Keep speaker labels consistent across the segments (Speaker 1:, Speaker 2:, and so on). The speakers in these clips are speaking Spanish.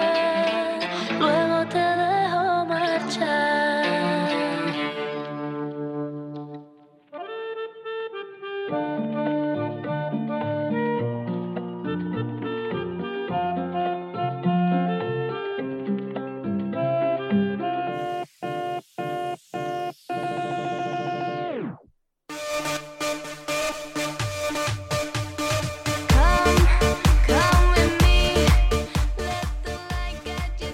Speaker 1: luego te dejo marchar.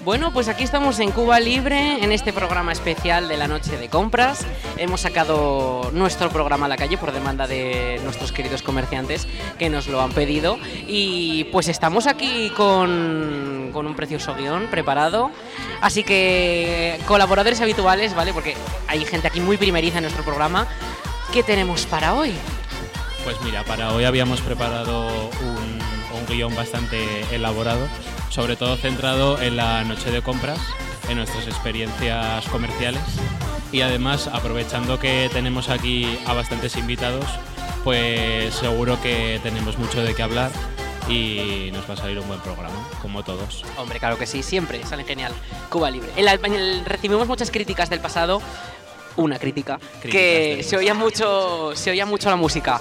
Speaker 2: Bueno, pues aquí estamos en Cuba Libre, en este programa especial de la noche de compras. Hemos sacado nuestro programa a la calle por demanda de nuestros queridos comerciantes que nos lo han pedido. Y pues estamos aquí con, con un precioso guión preparado. Así que colaboradores habituales, ¿vale? Porque hay gente aquí muy primeriza en nuestro programa. ¿Qué tenemos para hoy?
Speaker 3: Pues mira, para hoy habíamos preparado un, un guión bastante elaborado, sobre todo centrado en la noche de compras, en nuestras experiencias comerciales y además aprovechando que tenemos aquí a bastantes invitados, pues seguro que tenemos mucho de qué hablar y nos va a salir un buen programa, como todos.
Speaker 2: Hombre, claro que sí, siempre salen genial. Cuba Libre. En la- en el- recibimos muchas críticas del pasado, una crítica,
Speaker 3: Críticas
Speaker 2: que
Speaker 3: del
Speaker 2: se oía mucho, se oía mucho la música.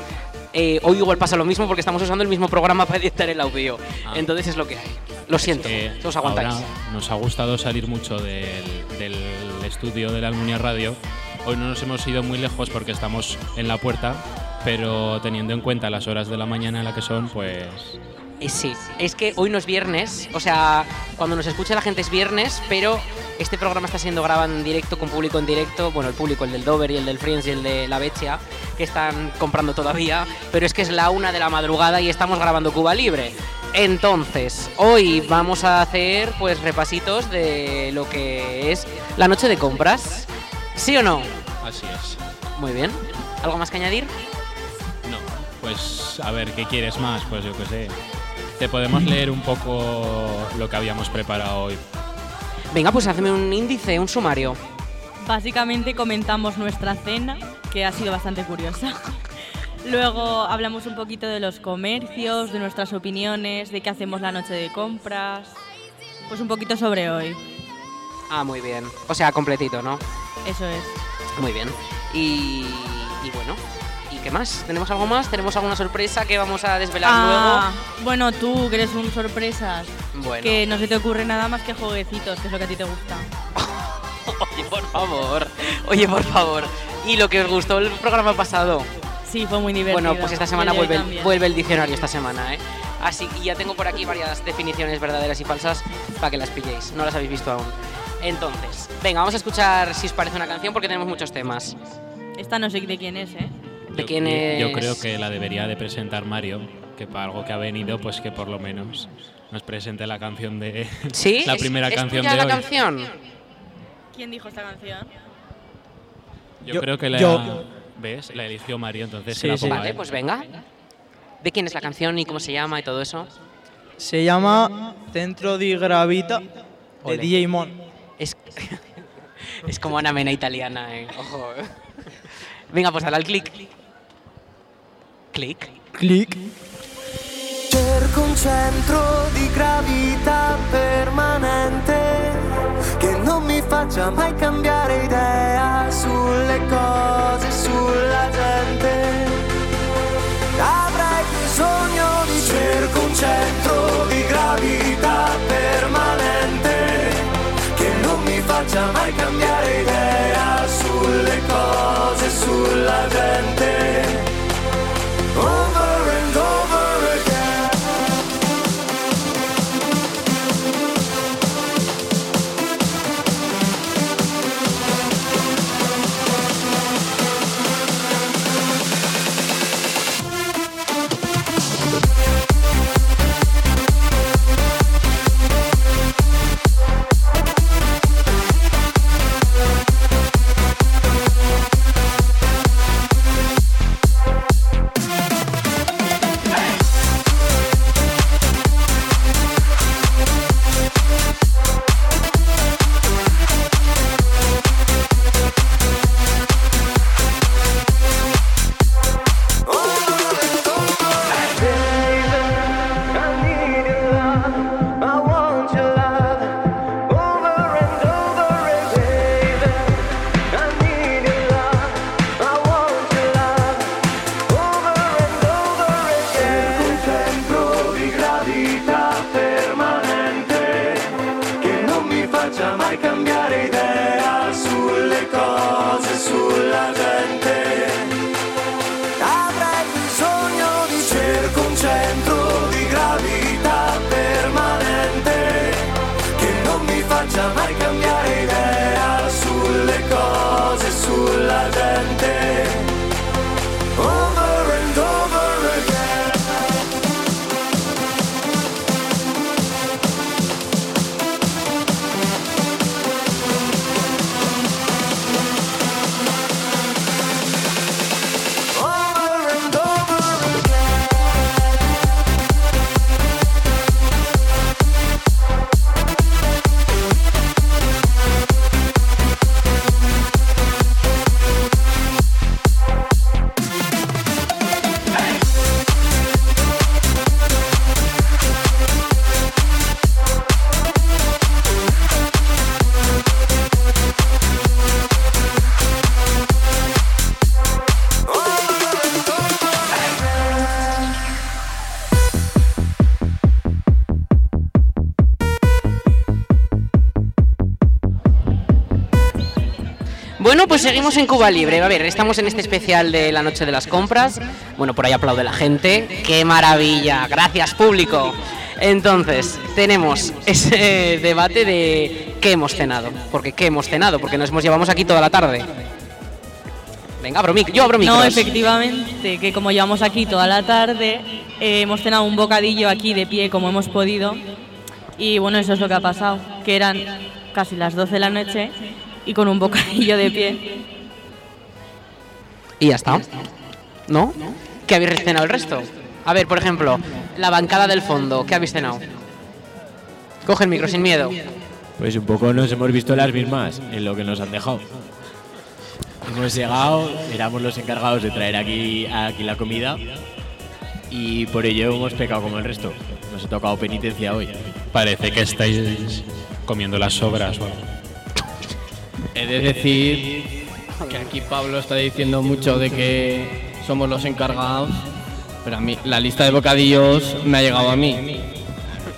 Speaker 2: Eh, hoy igual pasa lo mismo porque estamos usando el mismo programa para editar el audio.
Speaker 3: Ah.
Speaker 2: Entonces es lo que hay. Lo siento,
Speaker 3: que
Speaker 2: os aguantáis.
Speaker 3: ahora nos ha gustado salir mucho del, del estudio de la Almunia Radio. Hoy no nos hemos ido muy lejos porque estamos en la puerta, pero teniendo en cuenta las horas de la mañana en la que son, pues
Speaker 2: Eh, sí, es que hoy no es viernes, o sea, cuando nos escucha la gente es viernes, pero este programa está siendo grabado en directo con público en directo, bueno, el público, el del Dover y el del Friends y el de La Vecchia, que están comprando todavía, pero es que es la una de la madrugada y estamos grabando Cuba Libre. Entonces, hoy vamos a hacer pues repasitos de lo que es la noche de compras. ¿Sí o no?
Speaker 3: así es.
Speaker 2: Muy bien. ¿Algo más que añadir?
Speaker 3: No, pues a ver, ¿qué quieres más? Pues yo qué sé. Te podemos leer un poco lo que habíamos preparado hoy.
Speaker 2: Venga, pues hazme un índice, un sumario.
Speaker 4: Básicamente comentamos nuestra cena, que ha sido bastante curiosa. Luego hablamos un poquito de los comercios, de nuestras opiniones, de qué hacemos la noche de compras. Pues un poquito sobre hoy.
Speaker 2: Ah, muy bien. O sea, completito, ¿no?
Speaker 4: Eso es.
Speaker 2: Muy bien. Y, y bueno, ¿y qué más? ¿Tenemos algo más? ¿Tenemos alguna sorpresa que vamos a desvelar
Speaker 4: Ah, Bueno, tú que eres un sorpresas.
Speaker 2: luego? Bueno,
Speaker 4: Que no se te ocurre nada más que jueguecitos, que es lo que a ti te gusta.
Speaker 2: oye, por favor. Oye, por favor. ¿Y lo que os gustó el programa pasado?
Speaker 4: Sí, fue muy divertido.
Speaker 2: Bueno, pues esta
Speaker 4: Y el
Speaker 2: semana
Speaker 4: de hoy
Speaker 2: vuelve, el-
Speaker 4: también.
Speaker 2: vuelve el diccionario esta semana, ¿eh? Así que ya tengo por aquí varias definiciones verdaderas y falsas para que las pilléis. No las habéis visto aún. Entonces, venga, vamos a escuchar si os parece una canción porque tenemos muchos temas.
Speaker 4: Esta no sé de quién es, ¿eh?
Speaker 2: ¿De quién es?
Speaker 3: Yo creo que la debería de presentar Mario, que para algo que ha venido, pues que por lo menos nos presente la canción de...
Speaker 2: ¿Sí?
Speaker 3: La
Speaker 2: ¿Es-
Speaker 3: primera
Speaker 2: es
Speaker 3: canción
Speaker 2: tuya
Speaker 3: de
Speaker 2: la
Speaker 3: hoy.
Speaker 2: canción?
Speaker 4: ¿Quién dijo esta canción?
Speaker 3: Yo,
Speaker 5: Yo-
Speaker 3: creo que la...
Speaker 5: yo-
Speaker 3: ¿Ves? La eligió Mario, entonces se
Speaker 5: Sí,
Speaker 3: la
Speaker 5: sí.
Speaker 3: pongo a
Speaker 2: Vale,
Speaker 3: él.
Speaker 2: pues venga. ¿De quién es la canción y cómo se llama y todo eso?
Speaker 5: Se llama Centro di Gravita de
Speaker 2: Ole.
Speaker 5: DJ Mon.
Speaker 2: Es, es como una mena italiana, eh. Ojo. eh. Venga, pues dale al clic. Clic.
Speaker 5: Clic.
Speaker 6: Cerco un centro di gravità permanente che non mi faccia mai cambiare idea sulle cose, sulla gente. Avrai bisogno di cerco un centro di gravità permanente che non mi faccia mai cambiare idea sulle cose, sulla gente. Over and over again. I want your love over and over again. I need your love. I want your love over and over again. Un centro di gravità permanente che non mi faccia mai cambiare idea sulle cose, sulla gente. Avrai bisogno di cerco un centro di gravità permanente che non mi faccia mai cambiare idea sulle cose, sulla gente. Over and over again. Over and over again.
Speaker 2: Bueno, pues seguimos en Cuba Libre. A ver, estamos en este especial de la noche de las compras. Bueno, por ahí aplaude la gente. ¡Qué maravilla! Gracias, público. Entonces, tenemos ese debate de qué hemos cenado. Porque qué hemos cenado, porque nos hemos llevamos aquí toda la tarde. Venga, abro mic- yo abro micros.
Speaker 4: No, efectivamente, que como llevamos aquí toda la tarde, eh, hemos cenado un bocadillo aquí de pie como hemos podido. Y bueno, eso es lo que ha pasado, que eran casi las 12 de la noche y con un bocadillo de pie.
Speaker 2: Y ya está. ¿No? ¿Qué habéis cenado el resto? A ver, por ejemplo, la bancada del fondo. ¿Qué habéis cenado? Coge el micro sin miedo.
Speaker 7: Pues un poco nos hemos visto las mismas en lo que nos han dejado.
Speaker 8: Hemos llegado, éramos los encargados de traer aquí, aquí la comida y por ello hemos pecado como el resto. Nos ha tocado penitencia hoy.
Speaker 3: Parece que estáis comiendo las sobras. o algo.
Speaker 7: He de decir que aquí Pablo está diciendo mucho de que somos los encargados, pero a mí la lista de bocadillos me ha llegado a mí.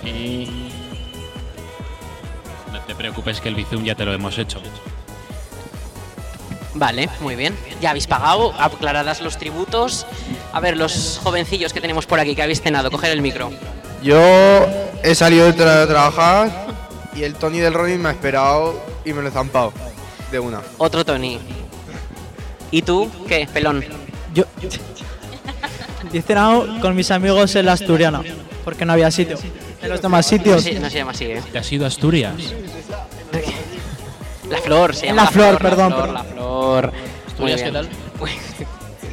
Speaker 7: Y
Speaker 3: No te preocupes que el bizum ya te lo hemos hecho.
Speaker 2: Vale, muy bien. Ya habéis pagado, aclaradas los tributos. A ver, los jovencillos que tenemos por aquí que habéis cenado, coger el micro.
Speaker 9: Yo he salido de tra- trabajar y el Tony del Ronin me ha esperado y me lo he zampado. De una.
Speaker 2: Otro Tony. ¿Y tú qué, pelón?
Speaker 5: Yo. Yo he cenado con mis amigos en la Asturiana, porque no había sitio. En los demás
Speaker 2: No
Speaker 5: sitios.
Speaker 2: se, no se llama así, ¿eh?
Speaker 3: ¿Te has ido a Asturias?
Speaker 2: La flor, se
Speaker 5: En
Speaker 2: llama.
Speaker 5: La Flor, perdón,
Speaker 2: La flor,
Speaker 5: perdón.
Speaker 2: la flor.
Speaker 5: Asturias,
Speaker 2: Muy
Speaker 5: ¿qué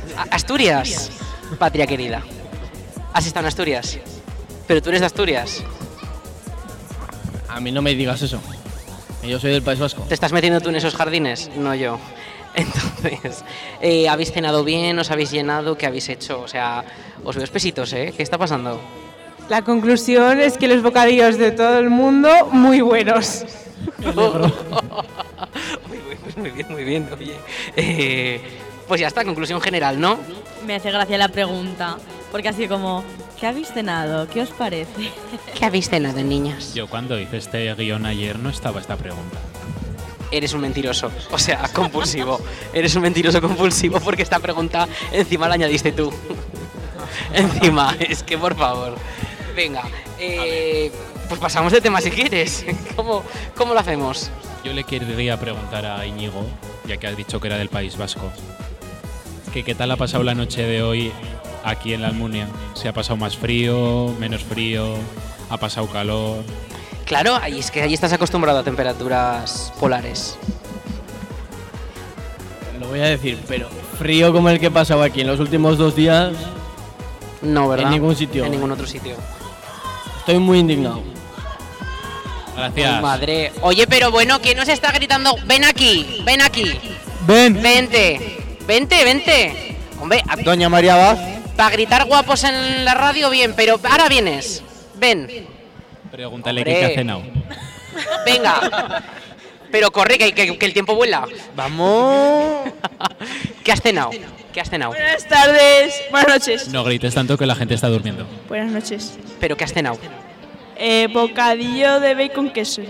Speaker 2: bien. A- Asturias, patria querida. ¿Has estado en Asturias? Pero tú eres de Asturias.
Speaker 7: a mí no me digas eso. que Yo soy del País Vasco.
Speaker 2: ¿Te estás metiendo tú en esos jardines? No yo. Entonces, eh, ¿habéis cenado bien? ¿Os habéis llenado? ¿Qué habéis hecho? O sea, os veo espesitos, ¿eh? ¿Qué está pasando?
Speaker 10: La conclusión es que los bocadillos de todo el mundo, muy buenos.
Speaker 2: muy, bien, pues muy bien, muy bien, oye. Eh, pues ya está, conclusión general, ¿no?
Speaker 4: Me hace gracia la pregunta, porque así como, ¿qué habéis cenado? ¿Qué os parece?
Speaker 2: ¿Qué habéis cenado, niños?
Speaker 3: Yo cuando hice este guión ayer no estaba esta pregunta.
Speaker 2: Eres un mentiroso, o sea, compulsivo. Eres un mentiroso compulsivo porque esta pregunta encima la añadiste tú. encima, es que por favor. Venga, eh, pues pasamos de tema si quieres. ¿Cómo, cómo lo hacemos?
Speaker 3: Yo le querría preguntar a Íñigo, ya que has dicho que era del País Vasco, que qué tal ha pasado la noche de hoy aquí en la Almunia. ¿Se ha pasado más frío, menos frío? ¿Ha pasado calor?
Speaker 2: Claro, ahí es que allí estás acostumbrado a temperaturas polares.
Speaker 7: Lo voy a decir, pero frío como el que pasaba aquí en los últimos dos días.
Speaker 2: No, ¿verdad?
Speaker 7: En ningún sitio.
Speaker 2: En ningún otro sitio.
Speaker 7: Estoy muy indignado.
Speaker 3: Gracias.
Speaker 2: Ay, madre. Oye, pero bueno, ¿quién nos está gritando? Ven aquí, ven aquí.
Speaker 5: Ven.
Speaker 2: Vente, vente, vente. Hombre, a-
Speaker 9: Doña María Vaz.
Speaker 2: para gritar guapos en la radio, bien, pero ahora vienes. Ven,
Speaker 3: Pregúntale
Speaker 2: Hombre.
Speaker 3: qué ha cenado.
Speaker 2: venga. Pero corre, que, que- que el tiempo vuela.
Speaker 9: Vamos.
Speaker 2: ¿Qué has cenado? ¿Qué has cenado?
Speaker 10: Buenas tardes, buenas noches.
Speaker 3: No grites tanto que la gente está durmiendo.
Speaker 10: Buenas noches.
Speaker 2: ¿Pero qué has cenado?
Speaker 10: Eh, bocadillo de bacon queso.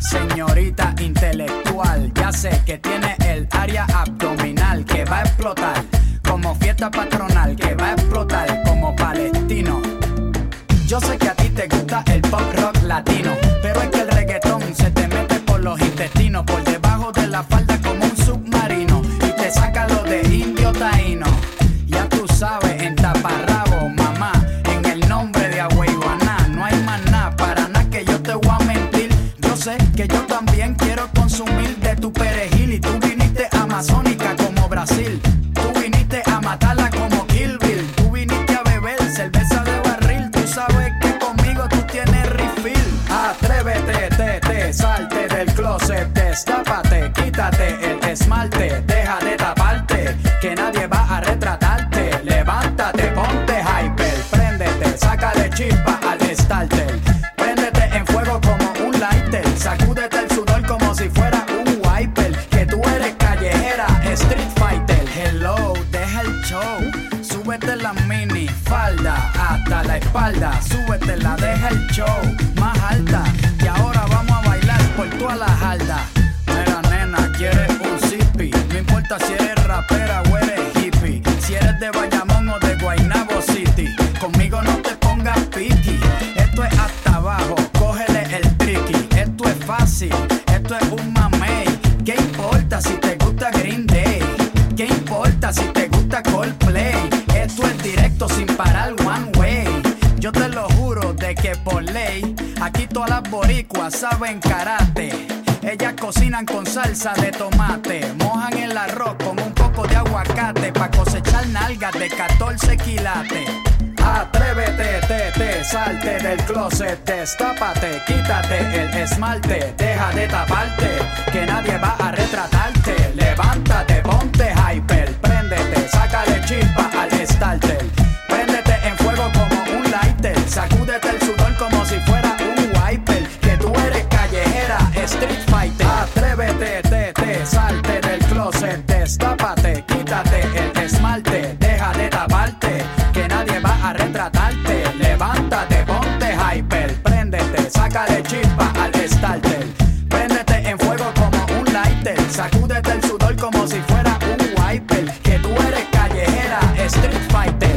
Speaker 11: Señorita intelectual, ya sé que tiene el área abdominal que va a explotar, como fiesta patronal que va a explotar como palestino. Yo sé que a ti te gusta el pop rock latino, pero es que el reggaetón se te mete por los intestinos, por debajo de la falda como un submarino y te saca lo de indio taíno. Ya tú sabes, en taparrabo, mamá, en el nombre de Agüeyuaná, no hay más nada, para nada que yo te voy a mentir. Yo sé que yo también quiero consumir de tu perejil y tú viniste amazónica como Brasil. Tú viniste a matarla como Kill Bill. Tú viniste a beber cerveza de barril. Tú sabes que conmigo tú tienes refill. Atrévete, te, te, salte del closet, destápate, quítate el esmalte, deja de taparte, que nadie va a retratarte. Levántate, ponte hyper, préndete, sácale chispa al starter. Préndete en fuego como un lighter, sacúdete el sudor como si fuera un wiper, que tú eres callejera, street fighter. Hello, deja el show, súbete la mini falda hasta la espalda, súbete la, deja el show más alta y ahora vamos a bailar por toda la jalda. Mira nena, quieres un zippy, no importa si eres rapera o eres hippie, si eres de Bayamón o de Guaynabo City, conmigo no te pongas piqui, esto es hasta abajo, cógele el tricky, esto es fácil, esto es un mamey, ¿qué importa si te gusta Green Day? ¿Qué importa si te gusta Coldplay? Esto es directo sin parar one way. Yo te lo juro de que por ley, aquí todas las boricuas saben karate. Ellas cocinan con salsa de tomate, mojan el arroz con un poco de aguacate para cosechar nalgas de 14 quilates. Atrévete, te, te, salte del closet, destápate, quítate el esmalte, deja de taparte, que nadie va a retratarte. Levántate, ponte hyper, préndete, sácale chispa al starter. Préndete en fuego como un lighter, sacúdete el sudor como si fuera un wiper, que tú eres callejera, street fighter. Atrévete, te, te, salte del closet, destápate, quítate el esmalte, deja de taparte, que nadie va a retratarte. Levántate, ponte hyper, préndete, sácale chispa al starter. Préndete en fuego como un lighter, sacúdete el sudor como si fuera un wiper, que tú eres callejera, street fighter.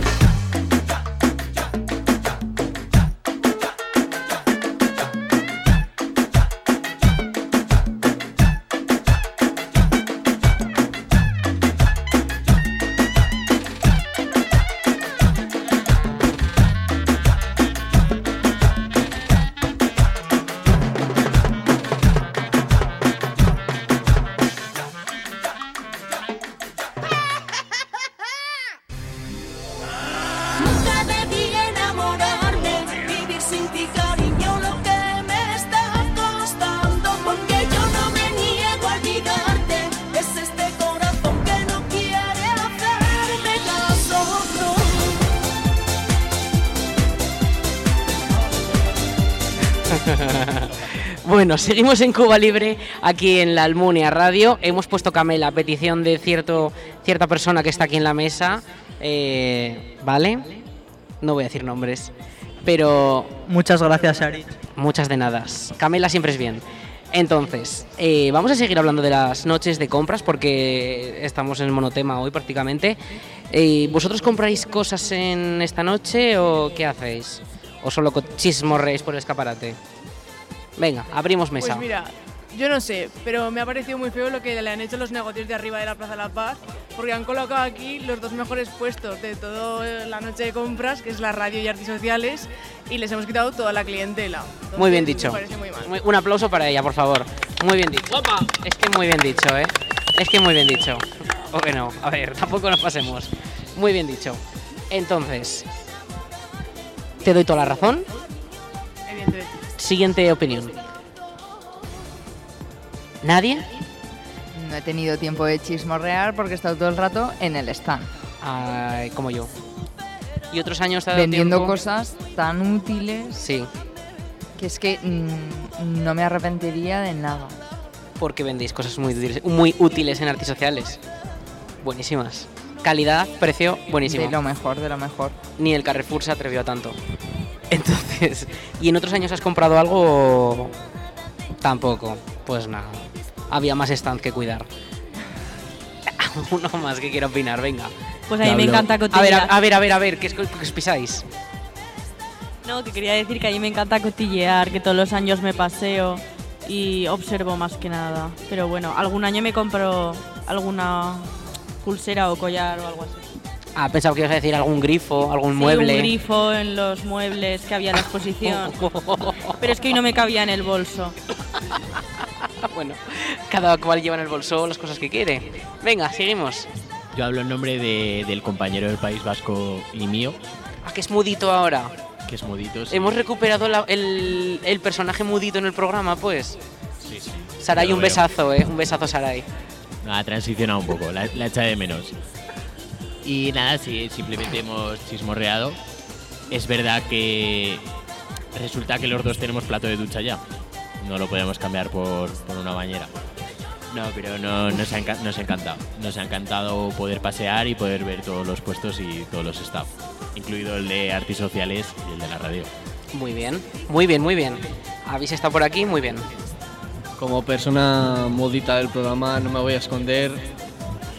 Speaker 1: Nunca debí enamorarme, vivir sin ti cariño lo que me está costando Porque yo no me niego a olvidarte, es este corazón que no quiere hacerme caso no.
Speaker 2: Bueno, seguimos en Cuba Libre, aquí en la Almunia Radio. Hemos puesto Camela a petición de cierto, cierta persona que está aquí en la mesa. Eh, ¿Vale? No voy a decir nombres, pero...
Speaker 5: Muchas gracias, Ari.
Speaker 2: Muchas de nada. Camela siempre es bien. Entonces, eh, vamos a seguir hablando de las noches de compras porque estamos en monotema hoy prácticamente. Eh, ¿Vosotros compráis cosas en esta noche o qué hacéis? ¿O solo co- chismorreis por el escaparate? Venga, abrimos mesa.
Speaker 12: Pues mira, yo no sé, pero me ha parecido muy feo lo que le han hecho los negocios de arriba de la Plaza La Paz, porque han colocado aquí los dos mejores puestos de toda la noche de compras, que es la radio y artes sociales, y les hemos quitado toda la clientela. Entonces,
Speaker 2: Muy bien dicho.
Speaker 12: Me parece muy mal.
Speaker 2: Muy- Un aplauso para ella, por favor. Muy bien dicho. Es que muy bien dicho, ¿eh? Es que muy bien dicho. O que no, a ver, tampoco nos pasemos. Muy bien dicho. Entonces, te doy toda la razón.
Speaker 12: Evidentemente.
Speaker 2: Siguiente opinión. ¿Nadie?
Speaker 13: No he tenido tiempo de chismorrear porque he estado todo el rato en el stand.
Speaker 2: Ay, ah, como yo. ¿Y otros años te ha dado
Speaker 13: Vendiendo
Speaker 2: tiempo?
Speaker 13: cosas tan útiles
Speaker 2: Sí,
Speaker 13: que es que mm, no me arrepentiría de nada.
Speaker 2: porque vendéis cosas muy útiles, muy útiles en artes sociales. Buenísimas. Calidad, precio, buenísimo.
Speaker 13: De lo mejor, de lo mejor.
Speaker 2: Ni el Carrefour se atrevió a tanto. Entonces, ¿y en otros años has comprado algo? Tampoco. Pues nada. Había más stand que cuidar. Uno más que quiera opinar, venga.
Speaker 4: Pues a mí me Diablo. encanta
Speaker 2: A ver, a,
Speaker 4: cotillear.
Speaker 2: a ver, a ver, a ver, ¿qué, es- qué os pisáis?
Speaker 4: No, que quería decir que a mí me encanta cotillear, que todos los años me paseo y observo más que nada. Pero bueno, algún año me compro alguna pulsera o collar o algo así.
Speaker 2: Ah, pensaba que ibas a decir algún grifo, algún
Speaker 4: Sí,
Speaker 2: mueble.
Speaker 4: Un grifo en los muebles que había en la exposición. Pero es que hoy no me cabía en el bolso.
Speaker 2: bueno, cada cual lleva en el bolso las cosas que quiere. Venga, seguimos.
Speaker 8: Yo hablo en nombre de- del compañero del País Vasco y mío,
Speaker 2: Ah, que es mudito ahora.
Speaker 8: que es mudito. sí.
Speaker 2: Hemos recuperado la- el, el personaje mudito en el programa, pues.
Speaker 8: Sí, sí.
Speaker 2: Sarai,
Speaker 8: Lo
Speaker 2: un
Speaker 8: veo.
Speaker 2: besazo, eh. Un besazo, Sarai.
Speaker 8: Ha transicionado un poco, la, la echa de menos. Y nada, sí, simplemente hemos chismorreado. Es verdad que resulta que los dos tenemos plato de ducha ya. No lo podemos cambiar por, por una bañera. No, pero no, nos, ha enca- nos ha encantado. Nos ha encantado poder pasear y poder ver todos los puestos y todos los staff, incluido el de artes sociales y el de la radio.
Speaker 2: Muy bien, muy bien, muy bien. Habéis estado por aquí, muy bien.
Speaker 7: Como persona modita del programa no me voy a esconder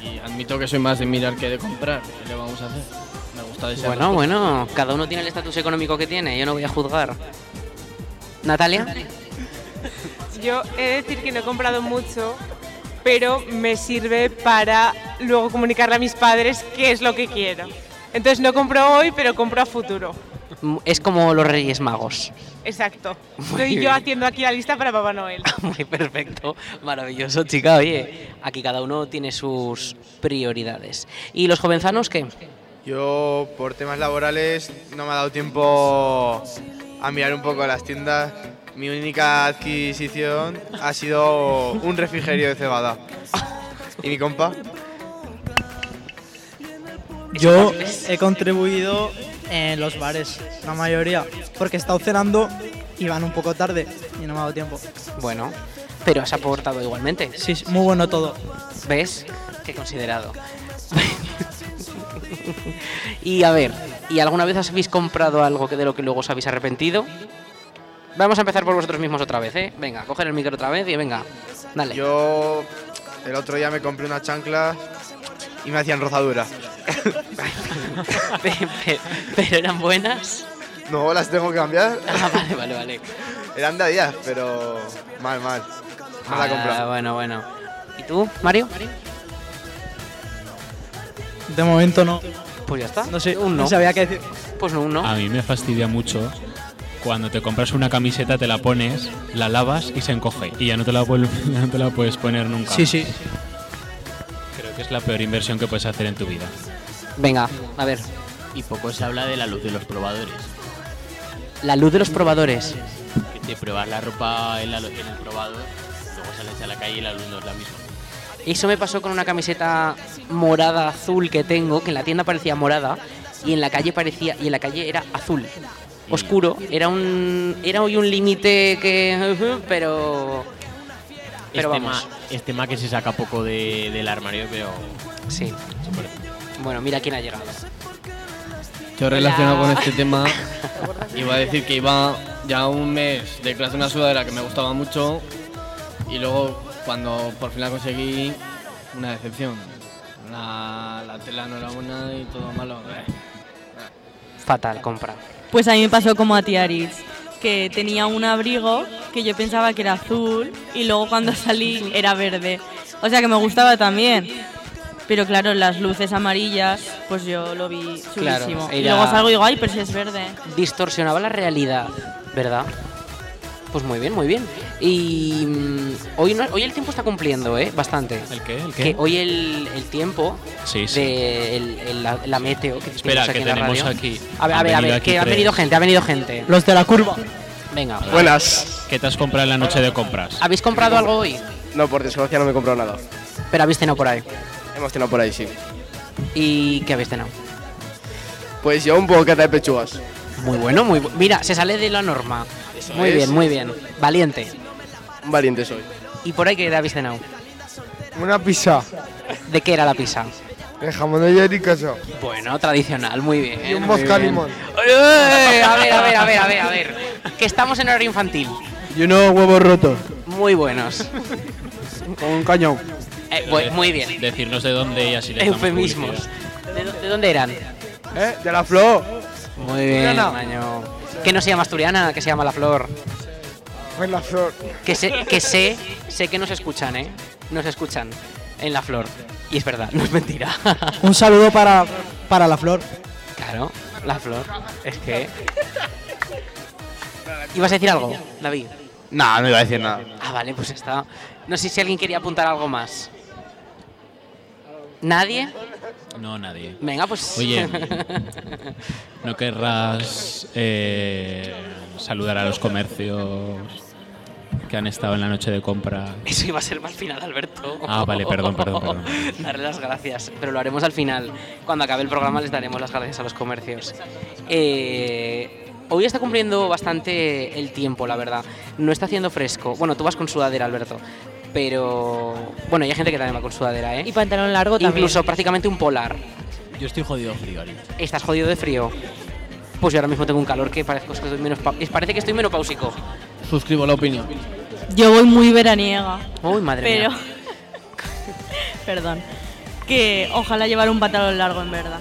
Speaker 7: y admito que soy más de mirar que de comprar. ¿Qué le vamos a hacer? Me gusta desear
Speaker 2: Bueno,
Speaker 7: las cosas.
Speaker 2: bueno, cada uno tiene el estatus económico que tiene, yo no voy a juzgar. Natalia,
Speaker 10: Yo he de decir que no he comprado mucho, pero me sirve para luego comunicarle a mis padres qué es lo que quiero. Entonces no compro hoy, pero compro a futuro.
Speaker 2: mm, es como los Reyes Magos.
Speaker 10: Exacto.
Speaker 2: Muy
Speaker 10: Estoy yo
Speaker 2: bien.
Speaker 10: haciendo aquí la lista para Papá Noel.
Speaker 2: Muy perfecto, maravilloso, chica. Oye, aquí cada uno tiene sus prioridades. ¿Y los jovenzanos qué?
Speaker 9: Yo, por temas laborales, no me ha dado tiempo a mirar un poco las tiendas. Mi única adquisición ha sido un refrigerio de cebada. ¿Y mi compa?
Speaker 5: Yo he contribuido en los bares, la mayoría, porque he estado cenando y van un poco tarde y no me ha dado tiempo.
Speaker 2: Bueno, pero has aportado igualmente.
Speaker 5: Sí, es muy bueno todo.
Speaker 2: ¿Ves? Qué considerado. y a ver, ¿y alguna vez os habéis comprado algo que de lo que luego os habéis arrepentido? Vamos a empezar por vosotros mismos otra vez, ¿eh? Venga, coger el micro otra vez y venga, dale.
Speaker 9: Yo el otro día me compré unas chanclas y me hacían rozadura.
Speaker 2: ¿Pero eran buenas?
Speaker 9: No, las tengo que cambiar.
Speaker 2: Ah, vale, vale, vale.
Speaker 9: Eran de Adidas, pero mal, mal. Mala
Speaker 2: Ah,
Speaker 9: compra.
Speaker 2: Bueno, bueno. ¿Y tú, Mario?
Speaker 5: De momento no.
Speaker 2: Pues ya está.
Speaker 5: No sé,
Speaker 2: Un no.
Speaker 5: no sabía qué decir.
Speaker 2: Pues no, un no.
Speaker 3: A mí me fastidia mucho cuando te compras una camiseta, te la pones, la lavas y se encoge. Y ya no te la, vuel- ya no te la puedes poner nunca.
Speaker 5: Sí, sí.
Speaker 3: Creo que es la peor inversión que puedes hacer en tu vida.
Speaker 2: Venga, a ver.
Speaker 8: Y poco se habla de la luz de los probadores.
Speaker 2: La luz de los probadores.
Speaker 8: Que te pruebas la ropa en, la lo- en el probador, luego sales a la calle y la luz no es la misma.
Speaker 2: Eso me pasó con una camiseta morada azul que tengo, que en la tienda parecía morada y en la calle parecía y en la calle era azul. Oscuro, era un era hoy un límite que ujú, pero pero
Speaker 8: es,
Speaker 2: vamos.
Speaker 8: Tema, es tema este que se saca poco de- del armario, pero...
Speaker 2: Sí. Bueno, mira quién ha llegado.
Speaker 7: Yo relacionado con este tema, iba a decir que iba ya un mes detrás de una sudadera que me gustaba mucho y luego cuando por fin la conseguí, una decepción. La, la tela no era buena y todo malo.
Speaker 2: Fatal compra.
Speaker 4: Pues a mí me pasó como a ti, Aritz, que tenía un abrigo que yo pensaba que era azul y luego cuando salí era verde. O sea que me gustaba también. Pero claro, las luces amarillas, pues yo lo vi chulísimo.
Speaker 2: Claro,
Speaker 4: Y
Speaker 2: era-
Speaker 4: luego salgo y digo, ay, pero si es verde.
Speaker 2: Distorsionaba la realidad, ¿verdad? Pues muy bien, muy bien. Y mm, hoy no- hoy el tiempo está cumpliendo, ¿eh? Bastante.
Speaker 3: ¿El qué? ¿El qué?
Speaker 2: Que hoy el, el tiempo
Speaker 3: Sí, sí.
Speaker 2: de el- el- la, la meteo que
Speaker 3: Espera,
Speaker 2: tenemos aquí
Speaker 3: que
Speaker 2: en la
Speaker 3: tenemos
Speaker 2: radio.
Speaker 3: aquí-
Speaker 2: A ver, a
Speaker 3: han
Speaker 2: ver, a
Speaker 3: venido
Speaker 2: ver,
Speaker 3: aquí
Speaker 2: que ha
Speaker 3: tres.
Speaker 2: venido gente, ha venido gente.
Speaker 5: Los de la curva.
Speaker 2: Venga.
Speaker 3: Buenas. ¿Qué te has comprado en la noche de compras?
Speaker 2: ¿Habéis comprado algo hoy?
Speaker 9: No, por desgracia no me he comprado nada.
Speaker 2: Pero habéis cenado por ahí.
Speaker 9: Hemos cenado por ahí, sí.
Speaker 2: ¿Y qué habéis cenado?
Speaker 9: Pues yo un bocata de pechugas.
Speaker 2: Muy bueno, muy bu- Mira, se sale de la norma.
Speaker 9: Eso
Speaker 2: Muy
Speaker 9: es.
Speaker 2: bien, muy bien. Valiente.
Speaker 9: Valiente soy.
Speaker 2: ¿Y por ahí qué habéis cenado?
Speaker 14: Una pizza.
Speaker 2: ¿De qué era la pizza?
Speaker 14: El Eh, jamón de ayer y queso.
Speaker 2: Bueno, tradicional, muy bien.
Speaker 14: Y un
Speaker 2: muy
Speaker 14: mosca
Speaker 2: bien.
Speaker 14: limón.
Speaker 2: Oye,
Speaker 9: Eh,
Speaker 2: oye, A ver, a ver, a ver, a ver, a ver. Que estamos en horario infantil.
Speaker 14: Y unos huevos rotos.
Speaker 2: Muy buenos.
Speaker 14: Con un cañón.
Speaker 2: Eh, bu- muy bien.
Speaker 3: Decirnos de dónde y así le damos
Speaker 2: Eufemismos.
Speaker 3: publicidad.
Speaker 2: ¿De, dó- de dónde eran?
Speaker 14: ¿Eh? De la flor.
Speaker 2: Muy bien,
Speaker 14: Asturiana.
Speaker 2: Maño. Que no se llama Asturiana, que se llama La Flor.
Speaker 14: Pues la flor.
Speaker 2: Que sé, que sé, sé que nos escuchan, ¿eh? Nos escuchan en La Flor. Y es verdad, no es mentira.
Speaker 5: Un saludo para, para la flor.
Speaker 2: claro, La Flor. Es que... ¿Ibas a decir algo, David?
Speaker 9: Nah, no iba a decir nada.
Speaker 2: Ah, vale, pues está. No sé si alguien quería apuntar algo más. ¿Nadie?
Speaker 3: No, nadie.
Speaker 2: Venga, pues...
Speaker 3: Oye, ¿no querrás eh, saludar a los comercios que han estado en la noche de compra?
Speaker 2: Eso iba a ser más final, Alberto.
Speaker 3: Ah, vale, perdón, perdón, perdón.
Speaker 2: Darle las gracias, pero lo haremos al final. Cuando acabe el programa les daremos las gracias a los comercios. Eh, hoy está cumpliendo bastante el tiempo, la verdad. No está haciendo fresco. Bueno, tú vas con sudadera, Alberto. Pero... Bueno, y hay gente que también va con sudadera, ¿eh?
Speaker 8: Y pantalón largo también.
Speaker 2: Incluso prácticamente un polar.
Speaker 8: Yo estoy jodido frío, Ari.
Speaker 2: ¿Estás jodido de frío? Pues yo ahora mismo tengo un calor que parece que estoy menos pa- parece que estoy menopáusico.
Speaker 7: Suscribo la opinión.
Speaker 4: Yo voy muy veraniega.
Speaker 2: Uy, madre
Speaker 4: pero...
Speaker 2: mía.
Speaker 4: Perdón. Que ojalá llevar un pantalón largo, en verdad.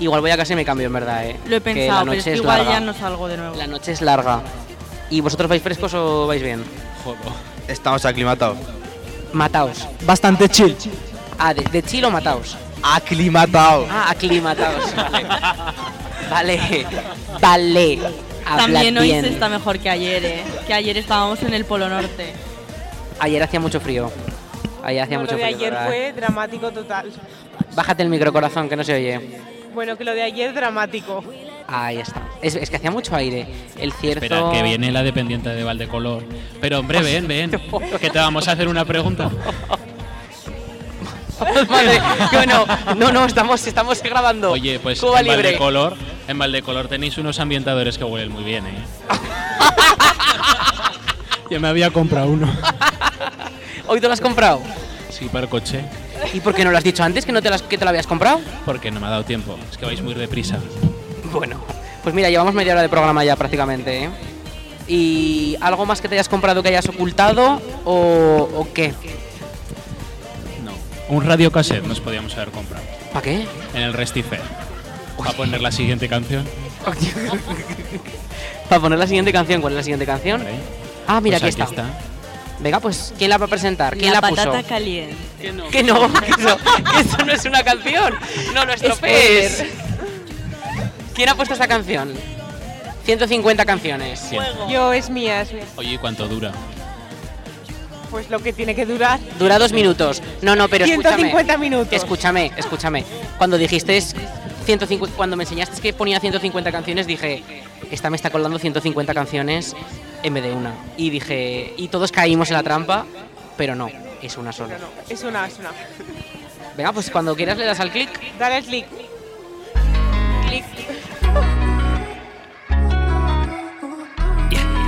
Speaker 2: Igual voy a casa y me cambio, en verdad, ¿eh?
Speaker 4: Lo he
Speaker 2: Que
Speaker 4: pensado,
Speaker 2: la
Speaker 4: pero
Speaker 2: noche
Speaker 4: es que
Speaker 2: es
Speaker 4: igual
Speaker 2: larga.
Speaker 4: ya no salgo de nuevo.
Speaker 2: La noche es larga. ¿Y vosotros vais frescos o vais bien?
Speaker 9: Estamos aclimatados.
Speaker 2: Mataos.
Speaker 5: Bastante chill.
Speaker 2: Ah, de, de chilo mataos.
Speaker 9: Aclimatados.
Speaker 2: Ah, aclimataos. Vale. Vale. Vale. Hablad
Speaker 4: También hoy
Speaker 2: bien.
Speaker 4: se está mejor que ayer, ¿eh? Que ayer estábamos en el Polo Norte.
Speaker 2: Ayer hacía mucho frío. Ayer hacía
Speaker 10: Lo
Speaker 2: mucho
Speaker 10: de
Speaker 2: frío.
Speaker 10: ayer
Speaker 2: ¿verdad?
Speaker 10: fue Eh, dramático total.
Speaker 2: Bájate el micro, corazón, que no se oye.
Speaker 10: Bueno, que lo de ayer dramático.
Speaker 2: Ahí está. Es, es que hacía mucho aire. El cierto.
Speaker 3: Espera, que viene la dependiente de Valdecolor. Pero hombre, ven, ven, que te vamos a hacer una pregunta.
Speaker 2: Madre, yo no, no, no, estamos, estamos grabando.
Speaker 3: Oye, pues
Speaker 2: Cuba
Speaker 3: en
Speaker 2: libre.
Speaker 3: Valdecolor, en Valdecolor tenéis unos ambientadores que huelen muy bien, ¿eh? Yo me había comprado uno.
Speaker 2: ¿Hoy te lo has comprado?
Speaker 3: Sí, para el coche.
Speaker 2: ¿Y por qué no lo has dicho antes que no te, las, que te lo habías comprado?
Speaker 3: Porque no me ha dado tiempo. Es que vais muy deprisa.
Speaker 2: Bueno, pues mira, llevamos media hora de programa ya prácticamente, ¿eh? ¿Y algo más que te hayas comprado que hayas ocultado o, o qué?
Speaker 3: Un radio cassette nos podíamos haber comprado.
Speaker 2: ¿Para qué?
Speaker 3: En el Restife. Para poner la siguiente canción.
Speaker 2: Para poner la siguiente canción, ¿cuál es la siguiente canción? Ah, mira,
Speaker 3: Pues
Speaker 2: aquí, está. Venga, pues, ¿quién la va a presentar? ¿Quién
Speaker 4: la,
Speaker 2: la,
Speaker 4: patata
Speaker 2: puso?
Speaker 4: caliente. Que no.
Speaker 2: Que no, que eso, que eso no es una canción. No lo estropees. ¿Quién ha puesto esta canción? 150 canciones.
Speaker 10: Yo es mía, es mía.
Speaker 3: Oye, ¿y ¿cuánto dura?
Speaker 10: Pues lo que tiene que durar.
Speaker 2: Dura dos minutos. No, no, pero escúchame.
Speaker 10: 150 minutos.
Speaker 2: Escúchame, escúchame. Cuando dijiste es 150, cuando me enseñaste que ponía 150 canciones, dije, esta me está colando 150 canciones en vez de una. Y dije, y todos caímos en la trampa, pero no, es una sola.
Speaker 10: Es una, es una.
Speaker 2: Venga, pues cuando quieras le das al clic.
Speaker 10: Dale clic. Clic.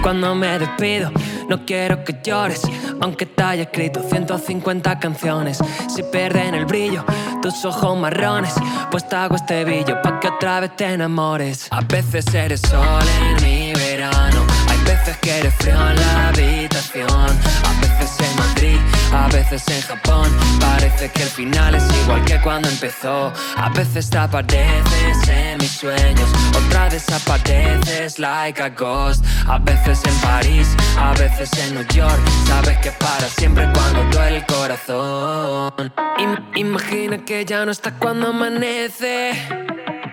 Speaker 15: Cuando me despido, no quiero que llores, aunque te haya escrito 150 canciones. Si pierden el brillo, tus ojos marrones, pues te hago este billo pa' que otra vez te enamores. A veces eres sol en mi verano, hay veces que eres frío en la habitación, a veces en Madrid, a veces en Japón. Parece que el final es igual que cuando empezó. A veces te apareces en mis sueños, otra desapareces like a ghost. A veces en París, a veces en New York. Sabes que para siempre cuando duele el corazón. Im- imagina que ya no está cuando amanece.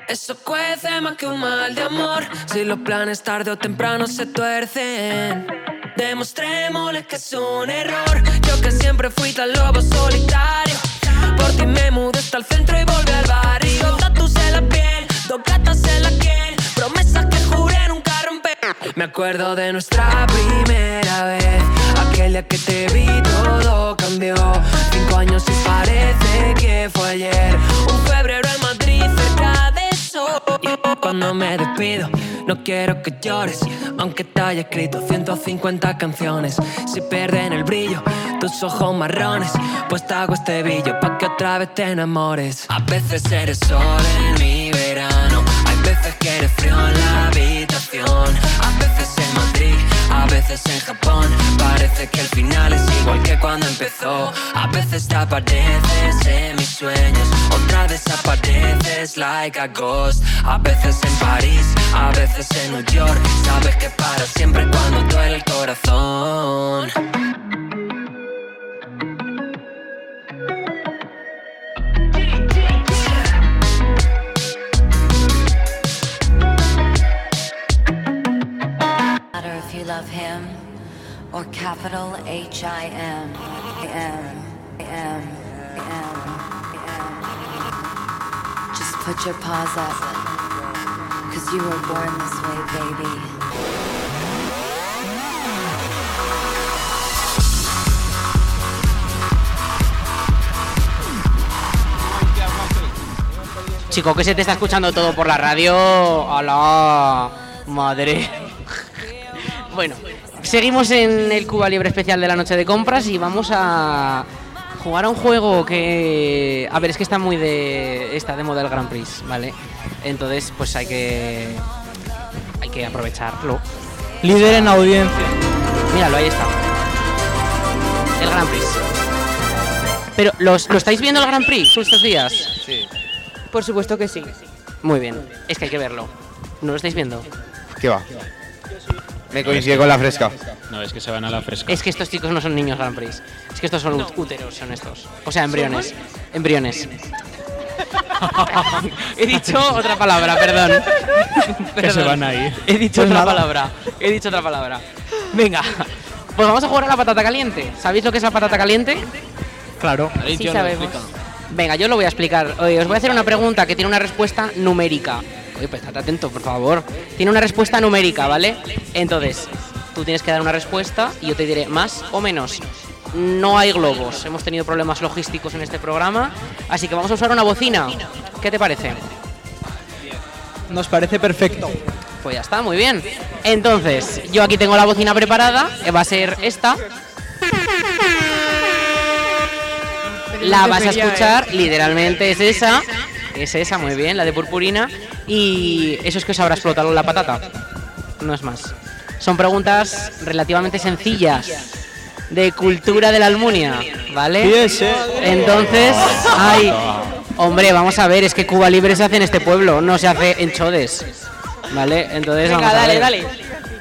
Speaker 15: Eso cuece más que un mal de amor. Si los planes tarde o temprano se tuercen. Demostrémosles que es un error. Yo que siempre fui tan lobo solitario. Por ti me mudé hasta el centro y volví al barrio. Tatus en la piel, dos gatas en la piel. Promesas que juré nunca romper. Me acuerdo de nuestra primera vez. Aquel día que te vi todo cambió. Cinco años y parece que fue ayer. Un febrero en Madrid cerca de sol. Y Cuando me despido, no quiero que llores. Aunque te haya escrito 150 canciones. Si pierden el brillo, tus ojos marrones. Pues te hago este billo pa' que otra vez te enamores. A veces eres sol en mi verano. Hay veces que eres frío en la habitación. A veces en Madrid, a veces en Japón. Parece que el final es igual que cuando empezó. A veces te apareces en mis sueños. Otra desapareces like a ghost. A veces en París, a veces en New York. Sabes que para siempre cuando duele el corazón.
Speaker 16: matter if you love him or capital H I M. I am, I am, I am, I am. Just put your paws up, cause you were born this way, baby.
Speaker 2: Chico, que se te está escuchando todo por la radio. ¡Hala! Madre. bueno, seguimos en el Cuba Libre especial de la noche de compras y vamos a jugar a un juego que. A ver, es que está muy de. Está de moda el Grand Prix, ¿vale? Entonces, pues hay que. Hay que aprovecharlo.
Speaker 5: Líder en audiencia.
Speaker 2: Míralo, ahí está. El Grand Prix. Pero, ¿los, ¿lo estáis viendo el Grand Prix estos días?
Speaker 9: Sí.
Speaker 2: Por supuesto que sí. Muy bien, es que hay que verlo. ¿No lo estáis viendo?
Speaker 9: ¿Qué va? Me coincide con la fresca.
Speaker 3: No, es que se van a la fresca.
Speaker 2: Es que estos chicos no son niños Grand Prix. Es que estos son ú- úteros, son estos. O sea, embriones. Embriones. He dicho otra palabra, perdón.
Speaker 3: Que se
Speaker 2: Perdón.
Speaker 3: van Pues a ir.
Speaker 2: He dicho
Speaker 5: Pues
Speaker 2: otra palabra.
Speaker 5: Eh,
Speaker 2: He dicho otra palabra. Venga, pues vamos a jugar a la patata caliente. ¿Sabéis lo que es la patata caliente?
Speaker 5: Claro.
Speaker 2: Sí, sabemos. Venga, yo lo voy a explicar. Oye, os voy a hacer una pregunta que tiene una respuesta numérica. Oye, prestad atento, por favor. Tiene una respuesta numérica, ¿vale? Entonces, tú tienes que dar una respuesta y yo te diré más o menos. No hay globos. Hemos tenido problemas logísticos en este programa, así que vamos a usar una bocina. ¿Qué te parece?
Speaker 5: Nos parece perfecto.
Speaker 2: Pues ya está, muy bien. Entonces, yo aquí tengo la bocina preparada, eh, va a ser esta. La vas a escuchar, literalmente es esa. Es esa, muy bien, la de purpurina. Y eso es que os habrá explotado la patata. No es más. Son preguntas relativamente sencillas de cultura de la Almunia, ¿vale?
Speaker 5: Sí, sí.
Speaker 2: Entonces, hay... Hombre, vamos a ver, es que Cuba Libre se hace en este pueblo, no se hace en Chodes. ¿Vale? Entonces,
Speaker 10: Venga,
Speaker 2: vamos a
Speaker 10: dale,
Speaker 2: ver.
Speaker 10: dale.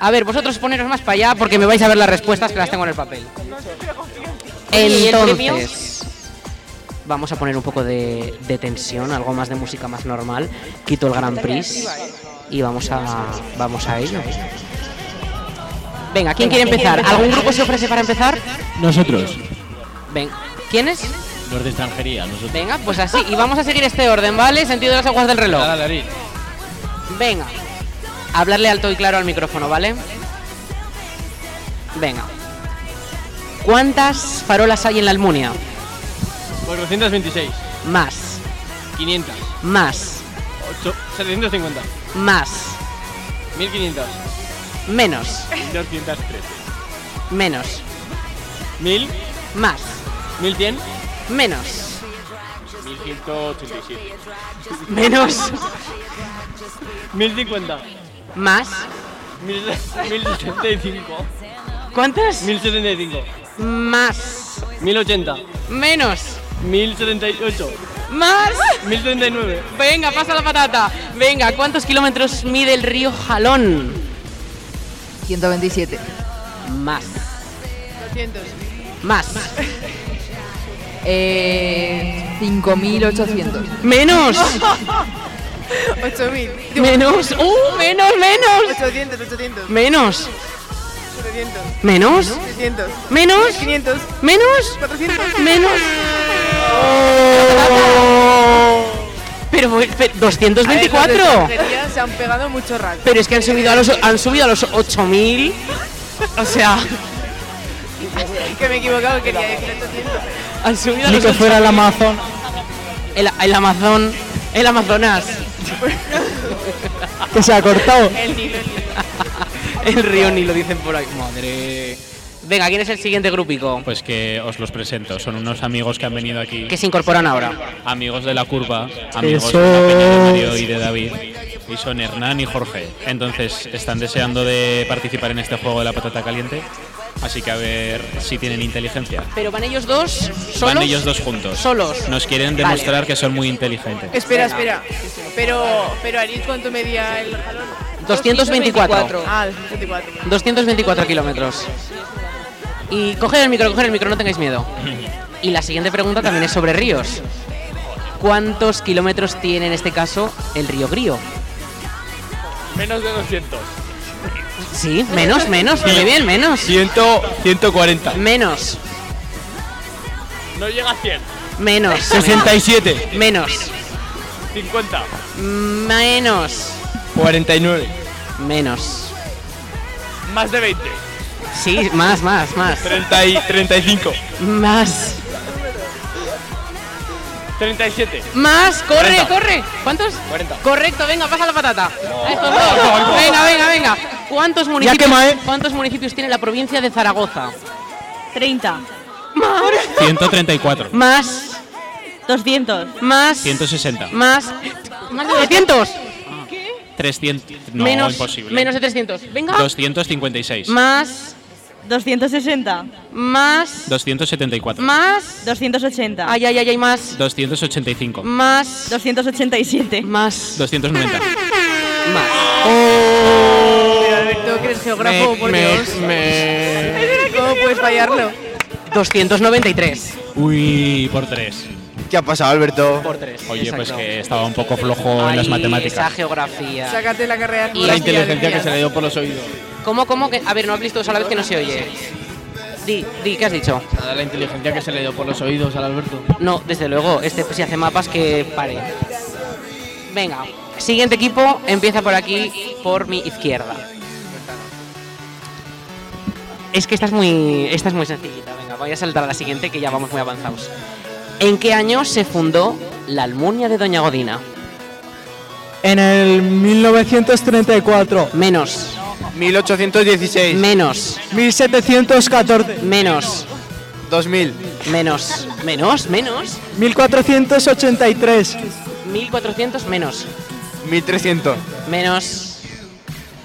Speaker 2: A ver, vosotros poneros más para allá porque me vais a ver las respuestas que las tengo en el papel.
Speaker 10: ¿Y el premio?
Speaker 2: Entonces, vamos a poner un poco de, de tensión, algo más de música más normal. Quito el Grand Prix y vamos a, vamos a ello. Venga, ¿quién quiere empezar? ¿Algún grupo se ofrece para empezar?
Speaker 8: Nosotros,
Speaker 2: Ven. ¿Quién es?
Speaker 8: los de extranjería, nosotros.
Speaker 2: Venga, pues así. Y vamos a seguir este orden, ¿vale? Sentido de las aguas del reloj.
Speaker 8: Dale, dale,
Speaker 2: Venga. Hablarle alto y claro al micrófono, ¿vale? Venga. ¿Cuántas farolas hay en la Almunia?
Speaker 7: 426,
Speaker 2: Más,
Speaker 7: 500,
Speaker 2: más,
Speaker 7: 8, 750,
Speaker 2: más,
Speaker 7: 1500,
Speaker 2: menos,
Speaker 7: 203,
Speaker 2: menos,
Speaker 7: 1000,
Speaker 2: más,
Speaker 7: 1100,
Speaker 2: menos,
Speaker 7: 1187,
Speaker 2: menos,
Speaker 7: 1050,
Speaker 2: más,
Speaker 7: 1075,
Speaker 2: ¿Cuántas?
Speaker 7: 1075,
Speaker 2: más,
Speaker 7: 1080,
Speaker 2: menos,
Speaker 7: 1078,
Speaker 2: más.
Speaker 7: 1039.
Speaker 2: Venga, pasa la patata. Venga, ¿cuántos kilómetros mide el río Jalón?
Speaker 13: 127.
Speaker 2: Más,
Speaker 12: 200.
Speaker 2: más,
Speaker 13: Eh, 5.800.
Speaker 2: menos.
Speaker 12: 8000.
Speaker 2: Menos, uh, menos, menos.
Speaker 12: 800, 800.
Speaker 2: Menos,
Speaker 12: 700.
Speaker 2: Menos.
Speaker 12: 600.
Speaker 2: Menos.
Speaker 12: 500.
Speaker 2: Menos.
Speaker 12: 400.
Speaker 2: Menos.
Speaker 5: Oh.
Speaker 2: pero, fue- fe- 224.
Speaker 12: A ver, los de extranjería Se han pegado mucho rato.
Speaker 2: Pero es que han subido a los han subido a los 8000. O sea,
Speaker 12: que me he equivocado, quería decir 800.
Speaker 2: han subido a
Speaker 5: Ni
Speaker 2: los
Speaker 5: que fuera el
Speaker 2: 8000.
Speaker 5: Amazon.
Speaker 2: el, el Amazon, el Amazonas,
Speaker 5: Que se ha cortado.
Speaker 12: El Nilo, el Nilo.
Speaker 2: el río Nilo dicen por ahí. Madre. Venga, ¿quién es el siguiente grupico?
Speaker 3: Pues que os los presento, son unos amigos que han venido aquí.
Speaker 2: Que se incorporan ahora.
Speaker 3: Amigos de la curva, amigos
Speaker 2: Eso.
Speaker 3: de la Peña de Mario y de David. Y son Hernán y Jorge. Entonces están deseando de participar en este juego de la patata caliente. Así que a ver si tienen inteligencia.
Speaker 2: Pero van ellos dos solos.
Speaker 3: Van ellos dos juntos.
Speaker 2: Solos.
Speaker 3: Nos quieren
Speaker 2: Vale.
Speaker 3: demostrar que son muy inteligentes.
Speaker 12: Espera, espera. Pero, pero Ariz, ¿cuánto medía el jalón?
Speaker 2: 224.
Speaker 12: Ah, 224.
Speaker 2: 224 kilómetros. Y coger el micro, coger el micro, no tengáis miedo. Y la siguiente pregunta también es sobre ríos. ¿Cuántos kilómetros tiene en este caso el río Grío?
Speaker 7: Menos de 200.
Speaker 2: Sí, menos, menos, muy bien, menos.
Speaker 14: 140.
Speaker 2: Menos,
Speaker 7: No llega a 100.
Speaker 2: menos.
Speaker 14: 67.
Speaker 2: Menos,
Speaker 7: 50.
Speaker 2: menos,
Speaker 14: 49.
Speaker 2: menos.
Speaker 7: Más de 20.
Speaker 2: Sí, más, más, más.
Speaker 14: 30 y 35.
Speaker 2: Más,
Speaker 7: 37.
Speaker 2: más, corre,
Speaker 7: 40.
Speaker 2: corre. ¿Cuántos?
Speaker 7: 40.
Speaker 2: Correcto, venga, pasa la patata. A estos dos. Venga, venga, venga. ¿Cuántos municipios,
Speaker 14: quema, ¿eh?
Speaker 2: ¿Cuántos municipios tiene la provincia de Zaragoza?
Speaker 4: 30.
Speaker 3: 134.
Speaker 2: Más,
Speaker 4: 200.
Speaker 2: más,
Speaker 3: 160.
Speaker 2: más. Más de 200.
Speaker 3: 300. No,
Speaker 2: menos,
Speaker 3: imposible.
Speaker 2: menos de 300. Venga.
Speaker 3: 256.
Speaker 2: Más,
Speaker 4: 260.
Speaker 2: más,
Speaker 3: 274.
Speaker 2: más.
Speaker 4: 280.
Speaker 2: Ay, ay, ay, ay, más.
Speaker 3: 285.
Speaker 2: Más.
Speaker 4: 287.
Speaker 2: Más. Oh.
Speaker 3: 290.
Speaker 12: Pero Alberto, que eres geógrafo, por Dios. ¿Cómo puedes fallarlo?
Speaker 2: 293.
Speaker 3: Uy, por 3.
Speaker 9: ¿Qué ha pasado, Alberto?
Speaker 2: Por 3.
Speaker 3: Oye, pues que estaba un poco flojo en las
Speaker 2: Esa
Speaker 3: matemáticas.
Speaker 2: geografía.
Speaker 12: Sácate la carrera.
Speaker 2: Y- La
Speaker 7: inteligencia que se le dio por los oídos.
Speaker 2: ¿Cómo, cómo? Que, a ver, no habléis todos a la vez que no se oye. Di, di, ¿qué has dicho?
Speaker 7: Nada, la inteligencia que se le dio por los oídos al Alberto.
Speaker 2: No, desde luego, este si hace mapas que pare. Venga, siguiente equipo empieza por aquí, por mi izquierda. Es que esta es muy, esta es muy sencillita. Venga, voy a saltar a la siguiente que ya vamos muy avanzados. ¿En qué año se fundó la Almunia de Doña Godina?
Speaker 5: En el 1934.
Speaker 2: Menos.
Speaker 9: 1816.
Speaker 2: Menos.
Speaker 5: 1714.
Speaker 2: Menos.
Speaker 9: 2000.
Speaker 2: Menos. Menos, menos.
Speaker 5: 1483.
Speaker 2: 1400 menos.
Speaker 9: 1300.
Speaker 2: Menos.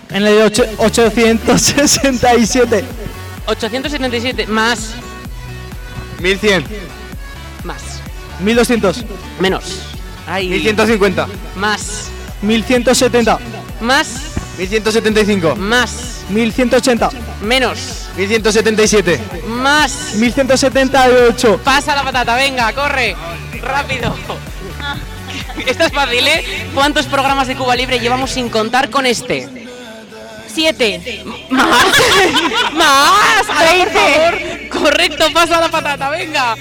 Speaker 5: En el ocho- 867.
Speaker 2: 877 más.
Speaker 9: 1100.
Speaker 2: Más.
Speaker 5: 1200.
Speaker 2: Menos. Ay.
Speaker 9: 1150.
Speaker 2: Más.
Speaker 5: 1170.
Speaker 2: Más.
Speaker 9: 1175.
Speaker 2: Más.
Speaker 5: 1180.
Speaker 2: Menos.
Speaker 9: 1177.
Speaker 2: Más.
Speaker 5: 1178.
Speaker 2: Pasa la patata, venga, corre. Rápido. Esto es fácil, ¿eh? ¿Cuántos programas de Cuba Libre llevamos sin contar con este? Siete. Más. Más. Ay, por favor. Correcto, pasa la patata, venga.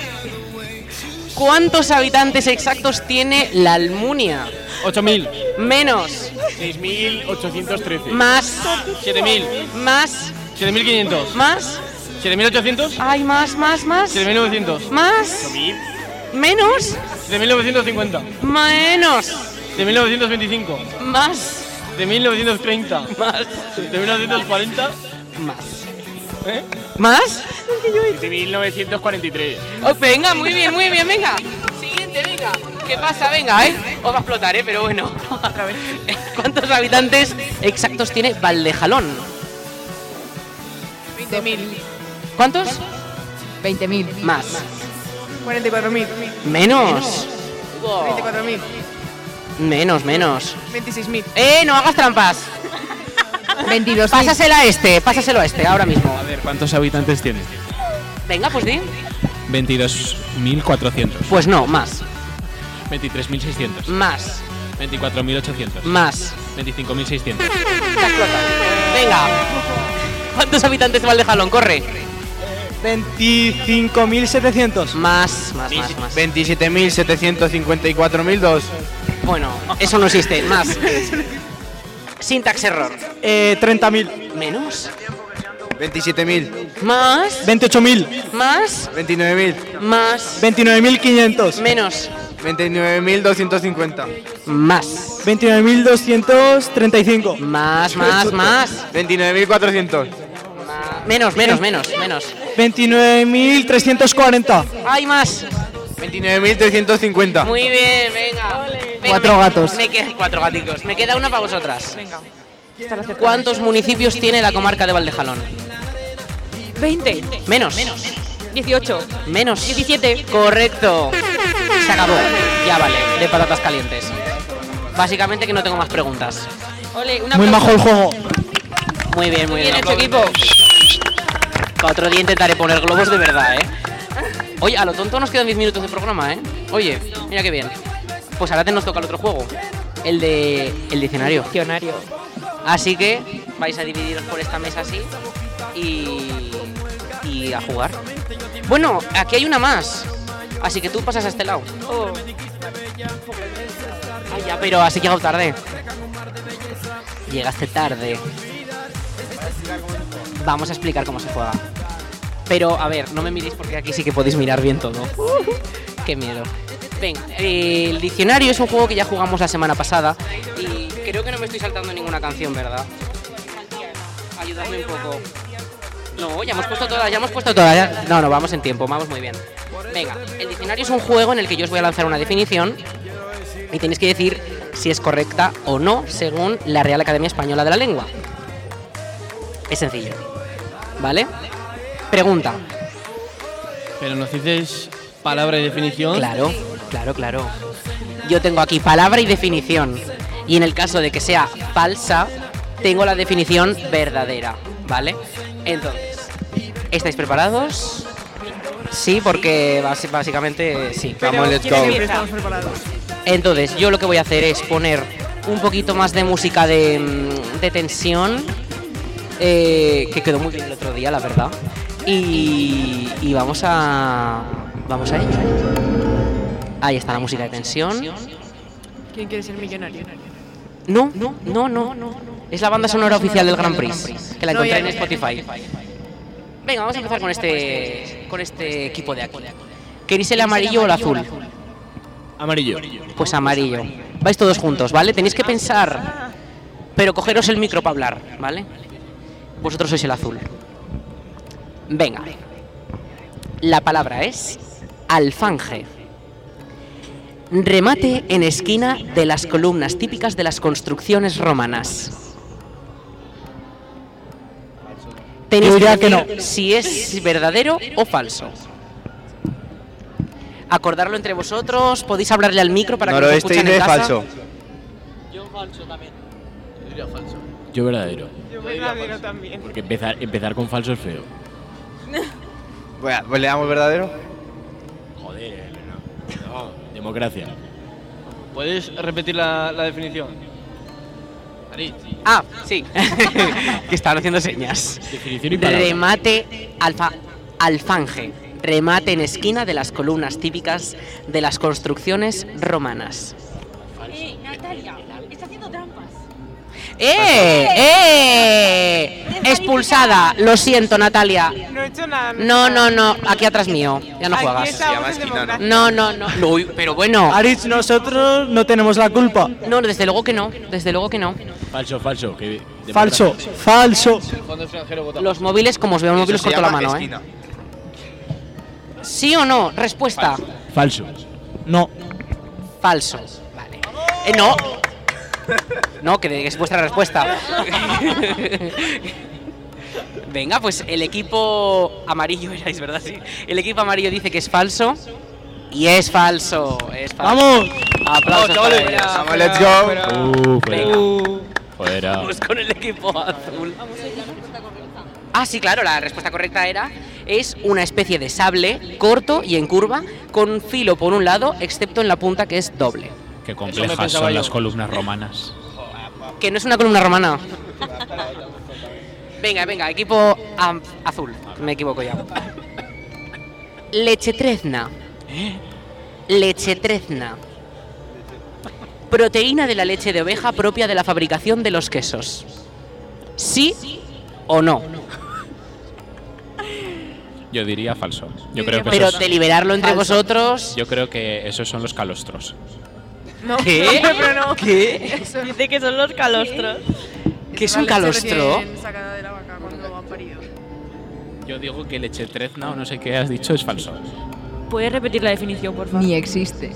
Speaker 2: ¿Cuántos habitantes exactos tiene la Almunia?
Speaker 7: 8.000.
Speaker 2: Menos.
Speaker 7: 6.813.
Speaker 2: Más.
Speaker 7: 7.000.
Speaker 2: Más.
Speaker 7: 7.500.
Speaker 2: Más.
Speaker 7: 7.800.
Speaker 2: Ay, más, más, más.
Speaker 7: 7.900.
Speaker 2: Más. Menos.
Speaker 7: 7.950.
Speaker 2: Menos.
Speaker 7: 7.925.
Speaker 2: Más.
Speaker 7: 7.930.
Speaker 2: Más.
Speaker 7: 7.940.
Speaker 2: Más.
Speaker 7: ¿Eh?
Speaker 2: ¿Más?
Speaker 7: 7.943.
Speaker 2: Oh, venga, muy bien, muy bien, venga. Siguiente, venga. ¿Qué pasa? Venga, ¿eh? Os va a explotar, ¿eh? Pero bueno. Otra vez. ¿Cuántos habitantes exactos tiene Valdejalón?
Speaker 12: 20.000.
Speaker 2: ¿Cuántos?
Speaker 13: 20.000.
Speaker 2: Más.
Speaker 12: 44.000.
Speaker 2: Menos.
Speaker 12: 24.000.
Speaker 2: Menos, menos.
Speaker 12: 26.000.
Speaker 2: ¡Eh! No hagas trampas.
Speaker 13: 22.
Speaker 2: Pásasela a este, pásaselo a este, ahora mismo.
Speaker 3: A ver, ¿cuántos habitantes tiene?
Speaker 2: Venga, pues di.
Speaker 3: 22.400.
Speaker 2: Pues no, más.
Speaker 3: 23.600.
Speaker 2: Más.
Speaker 3: 24.800.
Speaker 2: Más.
Speaker 3: 25.600.
Speaker 2: Venga. ¿Cuántos habitantes de Valdejalón? Corre.
Speaker 5: 25.700.
Speaker 2: Más, más, más, más.
Speaker 9: 27.754.002.
Speaker 2: Bueno, eso no existe. Más. Syntax error.
Speaker 5: Eh, 30.000.
Speaker 2: Menos.
Speaker 9: 27.000.
Speaker 2: Más.
Speaker 5: 28.000.
Speaker 2: Más.
Speaker 9: 29.000.
Speaker 2: Más.
Speaker 5: 29.500.
Speaker 2: Menos.
Speaker 9: 29.250.
Speaker 2: Más.
Speaker 5: 29.235.
Speaker 2: Más, más, más.
Speaker 9: 29.400.
Speaker 2: Menos, menos, menos, menos.
Speaker 5: 29.340.
Speaker 2: Hay más.
Speaker 9: 29.350.
Speaker 2: Muy bien, venga. Venga,
Speaker 5: Cuatro
Speaker 2: me-
Speaker 5: gatos.
Speaker 2: Me quedan cuatro gaticos. Me queda una para vosotras. Venga. ¿Cuántos municipios tiene la comarca de Valdejalón?
Speaker 17: 20,
Speaker 2: Menos.
Speaker 17: 18,
Speaker 2: Menos.
Speaker 17: 17.
Speaker 2: Correcto. Se acabó. Ya vale, de patatas calientes. Básicamente que no tengo más preguntas.
Speaker 17: Ole, una
Speaker 5: Muy bajo el juego.
Speaker 2: Muy bien, muy bien.
Speaker 17: Bien hecho, equipo.
Speaker 2: Para otro día intentaré poner globos de verdad, ¿eh? Oye, a lo tonto nos quedan 10 minutos de programa, ¿eh? Oye, mira qué bien. Pues ahora te nos toca el otro juego. El de... El diccionario.
Speaker 17: Diccionario.
Speaker 2: Así que vais a dividiros por esta mesa así y, y a jugar. Bueno, aquí hay una más. Así que tú pasas a este lado.
Speaker 17: Oh.
Speaker 2: Ah, ya, pero has llegado tarde. Llegaste tarde. Vamos a explicar cómo se juega. Pero, a ver, no me miréis porque aquí sí que podéis mirar bien todo. Qué miedo. Venga, eh, el diccionario es un juego que ya jugamos la semana pasada y creo que no me estoy saltando ninguna canción, ¿verdad? Ayudadme un poco. No, ya hemos puesto todas, ya hemos puesto todas. ya- No, no, vamos en tiempo, vamos muy bien. Venga, el diccionario es un juego en el que yo os voy a lanzar una definición y tenéis que decir si es correcta o no según la Real Academia Española de la Lengua. Es sencillo. ¿Vale? Pregunta.
Speaker 7: Pero nos dices palabra y definición.
Speaker 2: Claro, claro, claro. Yo tengo aquí palabra y definición. Y en el caso de que sea falsa, tengo la definición verdadera, ¿vale? Entonces, ¿estáis preparados? Sí, porque basi- básicamente sí.
Speaker 9: Vamos, let's go.
Speaker 12: Siempre estamos preparados.
Speaker 2: Entonces, yo lo que voy a hacer es poner un poquito más de música de, mm, de tensión, eh, que quedó muy bien el otro día, la verdad. y, y vamos a. Vamos a ello. Ahí está la música de tensión.
Speaker 12: ¿Quién quiere ser millonario?
Speaker 2: No, no, no, no. Es la banda sonora oficial del Grand Prix, que la
Speaker 12: No,
Speaker 2: encontré
Speaker 12: ya,
Speaker 2: en
Speaker 12: ya, ya.
Speaker 2: Spotify. Venga, vamos a empezar con este, con este equipo de aquí. ¿Queréis el amarillo o el azul?
Speaker 8: Amarillo.
Speaker 2: Pues amarillo. Vais todos juntos, ¿vale? Tenéis que pensar, pero cogeros el micro para hablar, ¿vale? Vosotros sois el azul. Venga. La palabra es alfanje. Remate en esquina de las columnas típicas de las construcciones romanas. Tenéis
Speaker 5: Yo diría
Speaker 2: que
Speaker 5: que
Speaker 2: decir si es verdadero o falso. Acordarlo entre vosotros, podéis hablarle al micro para que lo
Speaker 9: Noroeste
Speaker 2: escuchen en
Speaker 9: y de
Speaker 2: casa.
Speaker 9: falso.
Speaker 8: Yo verdadero.
Speaker 10: Yo verdadero también.
Speaker 8: Porque empezar, empezar con falso es feo.
Speaker 9: Bueno, pues le damos verdadero.
Speaker 8: Joder, Elena. No, democracia.
Speaker 7: ¿Puedes repetir la, la definición? Ari.
Speaker 2: Ah, sí. que están haciendo señas.
Speaker 8: Definición y palabra.
Speaker 2: Remate alfa, alfanje. Remate en esquina de las columnas típicas de las construcciones romanas.
Speaker 6: Eh, Natalia, está haciendo trampas.
Speaker 2: ¡Eh! ¡Eh! Expulsada. Lo siento, Natalia.
Speaker 10: No he hecho nada.
Speaker 2: No, no, no. Aquí atrás mío. Ya no
Speaker 10: Aquí
Speaker 2: juegas.
Speaker 10: estamos en democracia.
Speaker 2: No, no, no. Uy, pero bueno.
Speaker 5: Aritz, nosotros no tenemos la culpa.
Speaker 2: No, desde luego que no. Desde luego que no.
Speaker 8: Falso, falso. que-
Speaker 5: Falso,
Speaker 8: democracia.
Speaker 5: falso.
Speaker 2: Los móviles, como os veo un móvil, os corto la mano, ¿eh? ¿Sí o no? Respuesta.
Speaker 8: Falso.
Speaker 5: No.
Speaker 2: Falso. Vale. Eh, no. No, que es vuestra respuesta. Venga, pues el equipo amarillo erais, ¿verdad? Sí. El equipo amarillo dice que es falso. Y es falso. Es falso.
Speaker 5: ¡Vamos!
Speaker 2: Aplausos
Speaker 6: Vamos,
Speaker 2: para
Speaker 6: chavales.
Speaker 2: ellos.
Speaker 6: Vamos, let's go.
Speaker 8: Uh, fuera.
Speaker 2: Venga. Pues
Speaker 8: Fuera.
Speaker 2: Vamos con el equipo azul. Ah, sí, claro, la respuesta correcta era es una especie de sable corto y en curva con un filo por un lado, excepto en la punta que es doble.
Speaker 3: Qué
Speaker 2: Eso me
Speaker 3: complejas
Speaker 2: pensaba
Speaker 3: son
Speaker 2: yo.
Speaker 3: las columnas romanas.
Speaker 2: Que no es una columna romana. Venga, venga, equipo am- azul. Me equivoco ya. Lechetrezna. Lechetrezna. Proteína de la leche de oveja propia de la fabricación de los quesos. ¿Sí o no?
Speaker 3: Yo diría falso. Yo creo que
Speaker 2: Pero
Speaker 3: esos-
Speaker 2: deliberarlo entre vosotros.
Speaker 3: Yo creo que esos son los calostros.
Speaker 12: No,
Speaker 3: ¿Qué?
Speaker 12: pero no.
Speaker 3: ¿Qué?
Speaker 12: Eso-
Speaker 4: Dice que son los calostros.
Speaker 2: ¿Qué es un
Speaker 12: La leche
Speaker 2: calostro?
Speaker 12: recién sacada de la vaca cuando han parido.
Speaker 3: Yo digo que leche trezna o no sé qué has dicho es falso.
Speaker 4: ¿Puedes repetir la definición, por favor?
Speaker 2: Ni existe.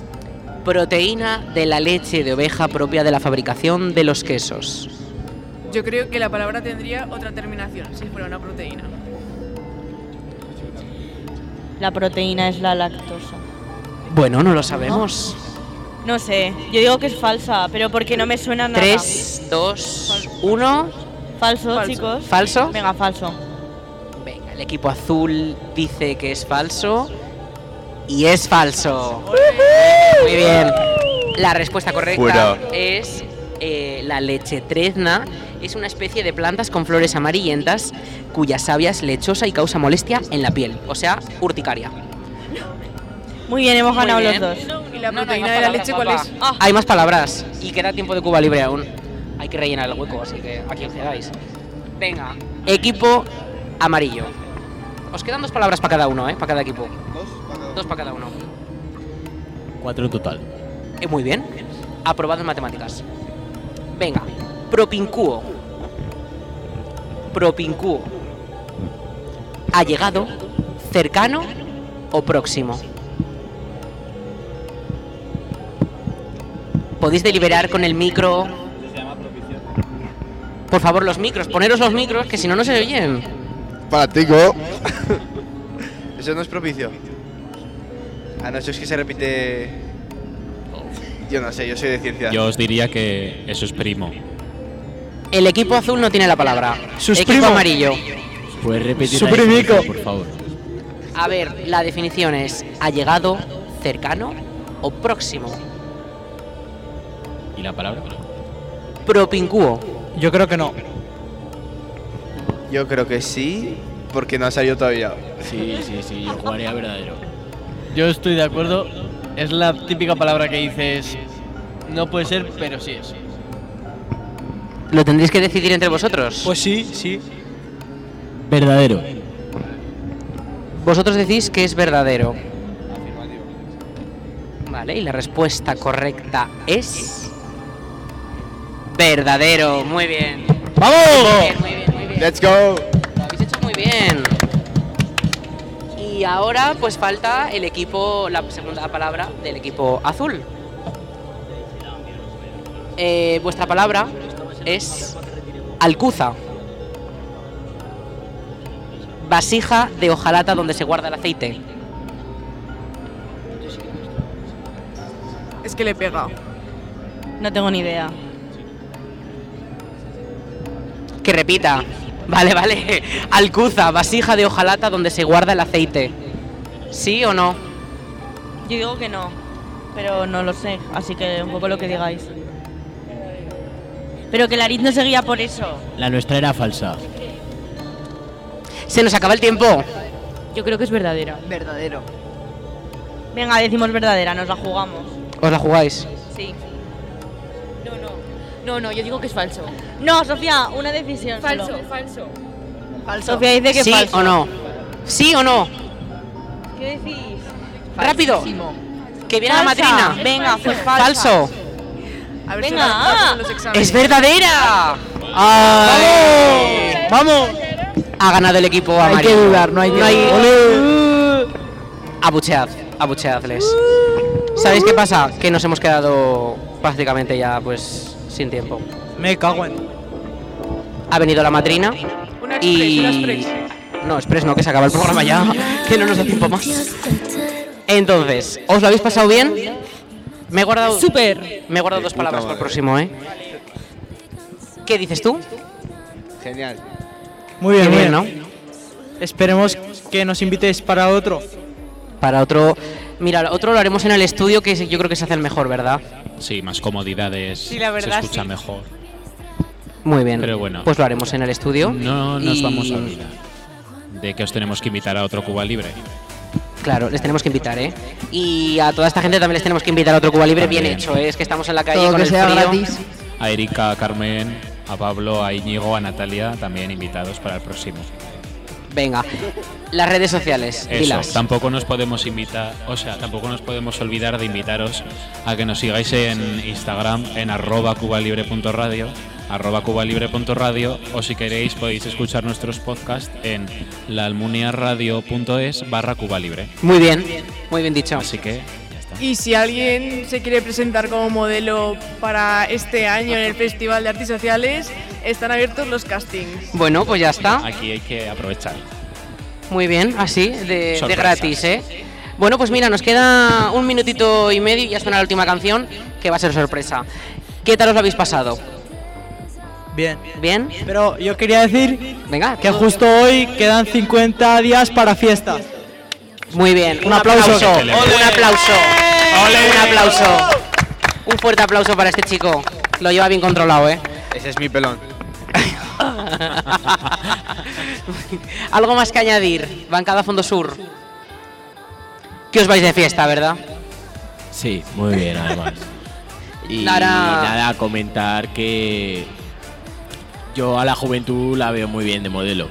Speaker 2: Proteína de la leche de oveja propia de la fabricación de los quesos.
Speaker 12: Yo creo que la palabra tendría otra terminación si fuera una proteína.
Speaker 4: La proteína es la lactosa.
Speaker 2: Bueno, no lo sabemos.
Speaker 4: No sé, yo digo que es falsa, pero porque no me suena nada.
Speaker 2: 3, 2, 1.
Speaker 4: Falso, chicos.
Speaker 2: ¿Falso?
Speaker 4: Venga, falso.
Speaker 2: Venga, El equipo azul dice que es falso. Y es falso. Muy bien. La respuesta correcta
Speaker 6: Fuera.
Speaker 2: es eh, la lechetrezna. Es una especie de plantas con flores amarillentas cuya savia es lechosa y causa molestia en la piel, o sea, urticaria.
Speaker 4: Muy bien, hemos
Speaker 2: Muy
Speaker 4: ganado
Speaker 2: bien. Ah,
Speaker 4: los dos.
Speaker 12: ¿Y la proteína de la leche cuál es?
Speaker 2: Hay más palabras y queda tiempo de Cuba Libre aún. Hay que rellenar el hueco, así que aquí os quedáis. Venga. Equipo amarillo. Os quedan dos palabras para cada uno, ¿eh? Para cada equipo. Dos para cada uno.
Speaker 8: Cuatro en total.
Speaker 2: Eh, muy bien. Aprobado en matemáticas. Venga. Propincuo. Propincuo. Allegado, cercano o próximo. Podéis deliberar con el micro. Por favor, los micros. Poneros los micros, que si no, no se oyen.
Speaker 9: Para tico. Eso no es propicio. Ah, no, eso es que se repite. Yo no sé, yo soy de ciencia.
Speaker 3: Yo os diría que eso es primo.
Speaker 2: El equipo azul no tiene la palabra. equipo
Speaker 3: primo.
Speaker 2: amarillo.
Speaker 3: Pues
Speaker 8: Puedes repetir la
Speaker 2: Suprimico.
Speaker 8: definición, por favor.
Speaker 2: A ver, la definición es allegado, cercano o próximo.
Speaker 8: ¿Y la palabra?
Speaker 2: Propincuo.
Speaker 5: Yo creo que no.
Speaker 9: Yo creo que sí, porque no ha salido todavía.
Speaker 8: Sí, sí, sí, yo jugaría a verdadero.
Speaker 7: Yo estoy de acuerdo. Es la típica palabra que dices, no puede ser, pero sí es.
Speaker 2: ¿Lo tendréis que decidir entre vosotros?
Speaker 5: Pues sí, sí.
Speaker 8: Verdadero.
Speaker 2: Vosotros decís que es verdadero. Vale, y la respuesta correcta es. Verdadero, muy bien. ¡Vamos! Muy bien, muy bien.
Speaker 9: Let's go.
Speaker 2: Lo habéis hecho muy bien. Y ahora, pues falta el equipo, la segunda palabra del equipo azul. Eh, vuestra palabra es alcuza. Vasija de hojalata donde se guarda el aceite.
Speaker 12: Es que le he pegado.
Speaker 4: No tengo ni idea.
Speaker 2: Que repita. Vale, vale. Alcuza, vasija de hojalata donde se guarda el aceite. ¿Sí o no?
Speaker 4: Yo digo que no, pero no lo sé, así que un poco lo que digáis. Pero que la Ariz no seguía por eso.
Speaker 8: La nuestra era falsa.
Speaker 2: Se nos acaba el tiempo.
Speaker 4: Yo creo que es verdadera. Verdadero. Venga, decimos verdadera, nos la jugamos.
Speaker 2: ¿Os la jugáis?
Speaker 4: Sí.
Speaker 17: No, no. No, no, yo digo que es falso.
Speaker 4: No, Sofía, una decisión.
Speaker 17: Falso,
Speaker 4: solo.
Speaker 17: falso.
Speaker 4: Sofía dice que
Speaker 2: ¿Sí
Speaker 4: falso.
Speaker 2: o no? ¿Sí o no?
Speaker 4: ¿Qué decís?
Speaker 2: Rápido. Que viene la
Speaker 4: Falsa.
Speaker 2: madrina.
Speaker 4: Venga, pues falsa.
Speaker 2: Falso.
Speaker 12: A ver si
Speaker 4: Venga. ah.
Speaker 12: ahora paso los exámenes.
Speaker 2: ¡Es verdadera! ¡Ay! ¡Vamos! Ha ganado el equipo
Speaker 5: hay
Speaker 2: amarillo.
Speaker 5: que dudar, no hay que dudar.
Speaker 2: Abuchead, abucheadles. ¿Sabéis qué pasa? Que nos hemos quedado prácticamente ya pues sin tiempo.
Speaker 5: Me cago en.
Speaker 2: Ha venido la madrina
Speaker 12: Una
Speaker 2: y...
Speaker 12: express, una express.
Speaker 2: No, Express no, que se acaba el programa ya, que no nos da tiempo más. Entonces, ¿os lo habéis pasado bien? Me he guardado...
Speaker 17: Súper.
Speaker 2: Me he guardado dos palabras para el próximo, ¿eh? ¿Qué dices tú?
Speaker 9: Genial.
Speaker 5: Muy bien,
Speaker 2: Qué
Speaker 5: muy
Speaker 2: bien,
Speaker 5: bien, Esperemos que nos invitéis para otro.
Speaker 2: Para otro... Mira, otro lo haremos en el estudio, que yo creo que se hace el mejor, ¿verdad?
Speaker 3: Sí, más comodidades.
Speaker 10: Sí, la verdad,
Speaker 3: Se escucha
Speaker 10: sí.
Speaker 3: mejor.
Speaker 2: Muy bien.
Speaker 3: Pero bueno.
Speaker 2: Pues lo haremos en el estudio.
Speaker 3: No nos
Speaker 2: y-
Speaker 3: vamos a olvidar de que os tenemos que invitar a otro Cuba Libre.
Speaker 2: Claro, les tenemos que invitar, ¿eh? Y a toda esta gente también les tenemos que invitar a otro Cuba Libre bien
Speaker 3: También.
Speaker 2: hecho, ¿eh? Es que estamos en la calle
Speaker 13: Todo
Speaker 2: con
Speaker 13: que
Speaker 2: el
Speaker 13: sea
Speaker 2: frío.
Speaker 13: gratis.
Speaker 3: A Erika, a Carmen, a Pablo, a Íñigo, a Natalia, también invitados para el próximo.
Speaker 2: Venga, las redes sociales,
Speaker 3: Eso,
Speaker 2: dilas.
Speaker 3: tampoco nos podemos invitar, o sea, tampoco nos podemos olvidar de invitaros a que nos sigáis en Instagram en arroba cubalibre.radio, arroba cubalibre.radio o si queréis podéis escuchar nuestros podcasts en laalmuniaradio.es barra cubalibre.
Speaker 2: Muy bien, muy bien dicho.
Speaker 3: Así que
Speaker 12: Y si alguien se quiere presentar como modelo para este año en el Festival de Artes Sociales, están abiertos los castings.
Speaker 2: Bueno, pues ya está.
Speaker 3: Aquí hay que aprovechar.
Speaker 2: Muy bien, así, de, de
Speaker 3: Sorpresa.
Speaker 2: gratis, ¿eh? Bueno, pues mira, nos queda un minutito y medio y ya suena la última canción, que va a ser sorpresa. ¿Qué tal os lo habéis pasado?
Speaker 5: Bien.
Speaker 2: ¿Bien?
Speaker 5: Pero yo quería decir
Speaker 2: Venga.
Speaker 5: que justo hoy quedan 50 días para fiesta.
Speaker 2: Muy bien, un,
Speaker 5: Un
Speaker 2: aplauso.
Speaker 5: aplauso.
Speaker 2: Un aplauso. Un aplauso. Un fuerte aplauso para este chico. Lo lleva bien controlado, ¿eh?
Speaker 9: Ese es mi pelón.
Speaker 2: Algo más que añadir. Bancada Fondo Sur. Que os vais de fiesta, ¿verdad?
Speaker 8: Sí, muy bien, además. Y
Speaker 2: Lara.
Speaker 8: nada, comentar que yo a la juventud la veo muy bien de modelo.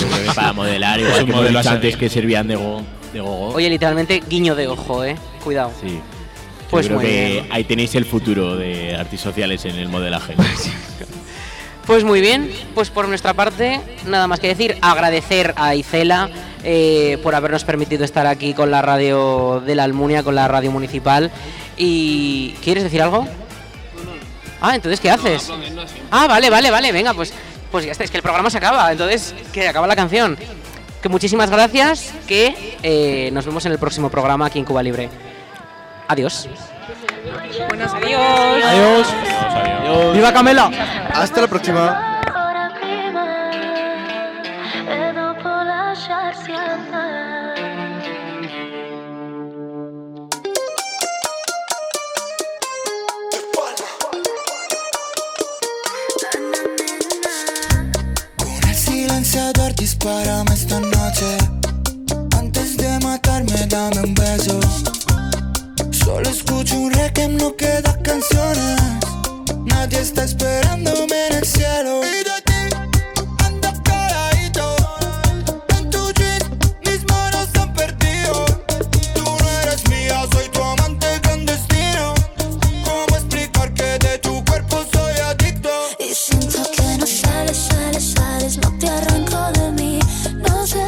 Speaker 8: Yo creo que para modelar,
Speaker 3: Es
Speaker 8: igual
Speaker 3: un
Speaker 8: que
Speaker 3: modelo a
Speaker 8: modelo antes
Speaker 3: seguir.
Speaker 8: que servían de go, de gogo.
Speaker 2: Oye, literalmente guiño de ojo, ¿eh? Cuidado.
Speaker 8: Sí. Yo
Speaker 2: Pues
Speaker 8: creo
Speaker 2: muy
Speaker 8: que
Speaker 2: bien.
Speaker 8: ahí tenéis el futuro de artes sociales en el modelaje.
Speaker 2: Pues muy bien, pues por nuestra parte, nada más que decir, agradecer a Icela eh, por habernos permitido estar aquí con la radio de la Almunia, con la radio municipal. ¿Y quieres decir algo? Ah, entonces, ¿qué haces? Ah, vale, vale, vale, venga, pues, pues ya está, es que el programa se acaba, entonces, que acaba la canción. Que muchísimas gracias, que eh, nos vemos en el próximo programa aquí en Cuba Libre. Adiós.
Speaker 12: Buenas
Speaker 5: Adiós. Viva Camela.
Speaker 9: Hasta la próxima.
Speaker 1: ora prima e dopo lasciarsi andare.
Speaker 18: Con el silenciador dispara noche. Antes de matarme, dame un beso. Solo escucho un requiem, no queda canciones. Nadie está esperándome en el cielo. Y de ti ando caladito. En tu jean, mis manos se han perdido. Tú no eres mía, soy tu amante clandestino. ¿Cómo explicar que de tu cuerpo soy adicto?
Speaker 1: Y siento que no sales, sales, sales, no te arranco de mí. No sé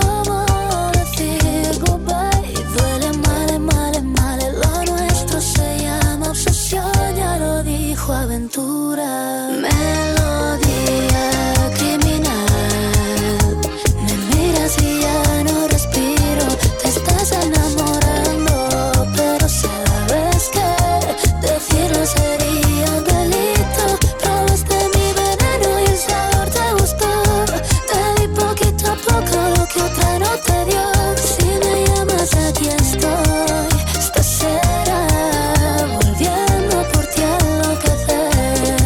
Speaker 1: cómo decir goodbye. Y duele mal, mal, mal. Lo nuestro se llama obsesión, ya lo dijo aventura. Melodía criminal. Me miras y ya no respiro. Te estás enamorando, pero sabes que decirlo sería un delito. Probaste mi veneno y el sabor te gustó. Te di poquito a poco lo que otra no te dio. Si me llamas, aquí estoy. Esto será volviendo por ti a enloquecer.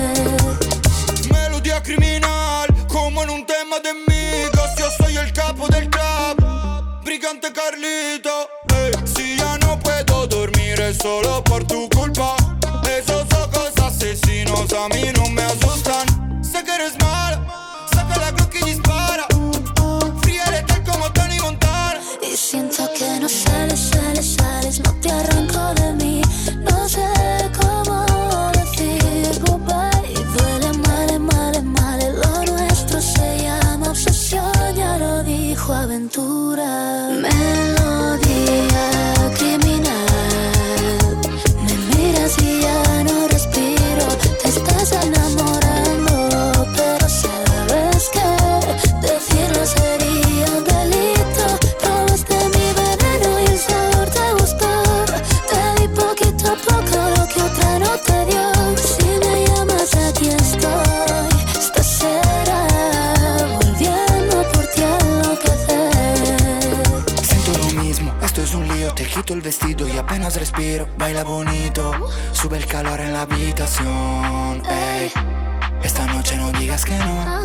Speaker 18: Melodía criminal, como en un tema de migas. Yo soy el capo del trap, brigante Carlito. Ey, si ya no puedo dormir, es solo por tu culpa. Esos ojos asesinos a mí no me asustan. Sé que eres mala, saca la cruz y dispara. Fría letal como Tony Montana.
Speaker 1: Y siento que no sales, sales, sales, no te arranco de mí. No sé cómo decir goodbye. Y duele mal, mal, mal. Lo nuestro se llama obsesión, ya lo dijo aventura. Melodía criminal. Me miras y ya no respiro. Te estás enamorando, pero sabes que decirlo sería un delito. Probaste mi veneno y el sabor te gustó. Te di poquito a poco lo que otra no te dio. Si me llamas, aquí estoy. Esto será volviendo por ti a enloquecer.
Speaker 18: Siento lo mismo, esto es un lío, te quito el vestido y apenas respiro, baila bonito, sube el calor en la habitación. Ey, esta noche no digas que no,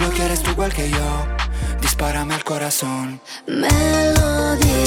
Speaker 18: lo quieres tú igual que yo, dispárame el corazón.
Speaker 1: Melodía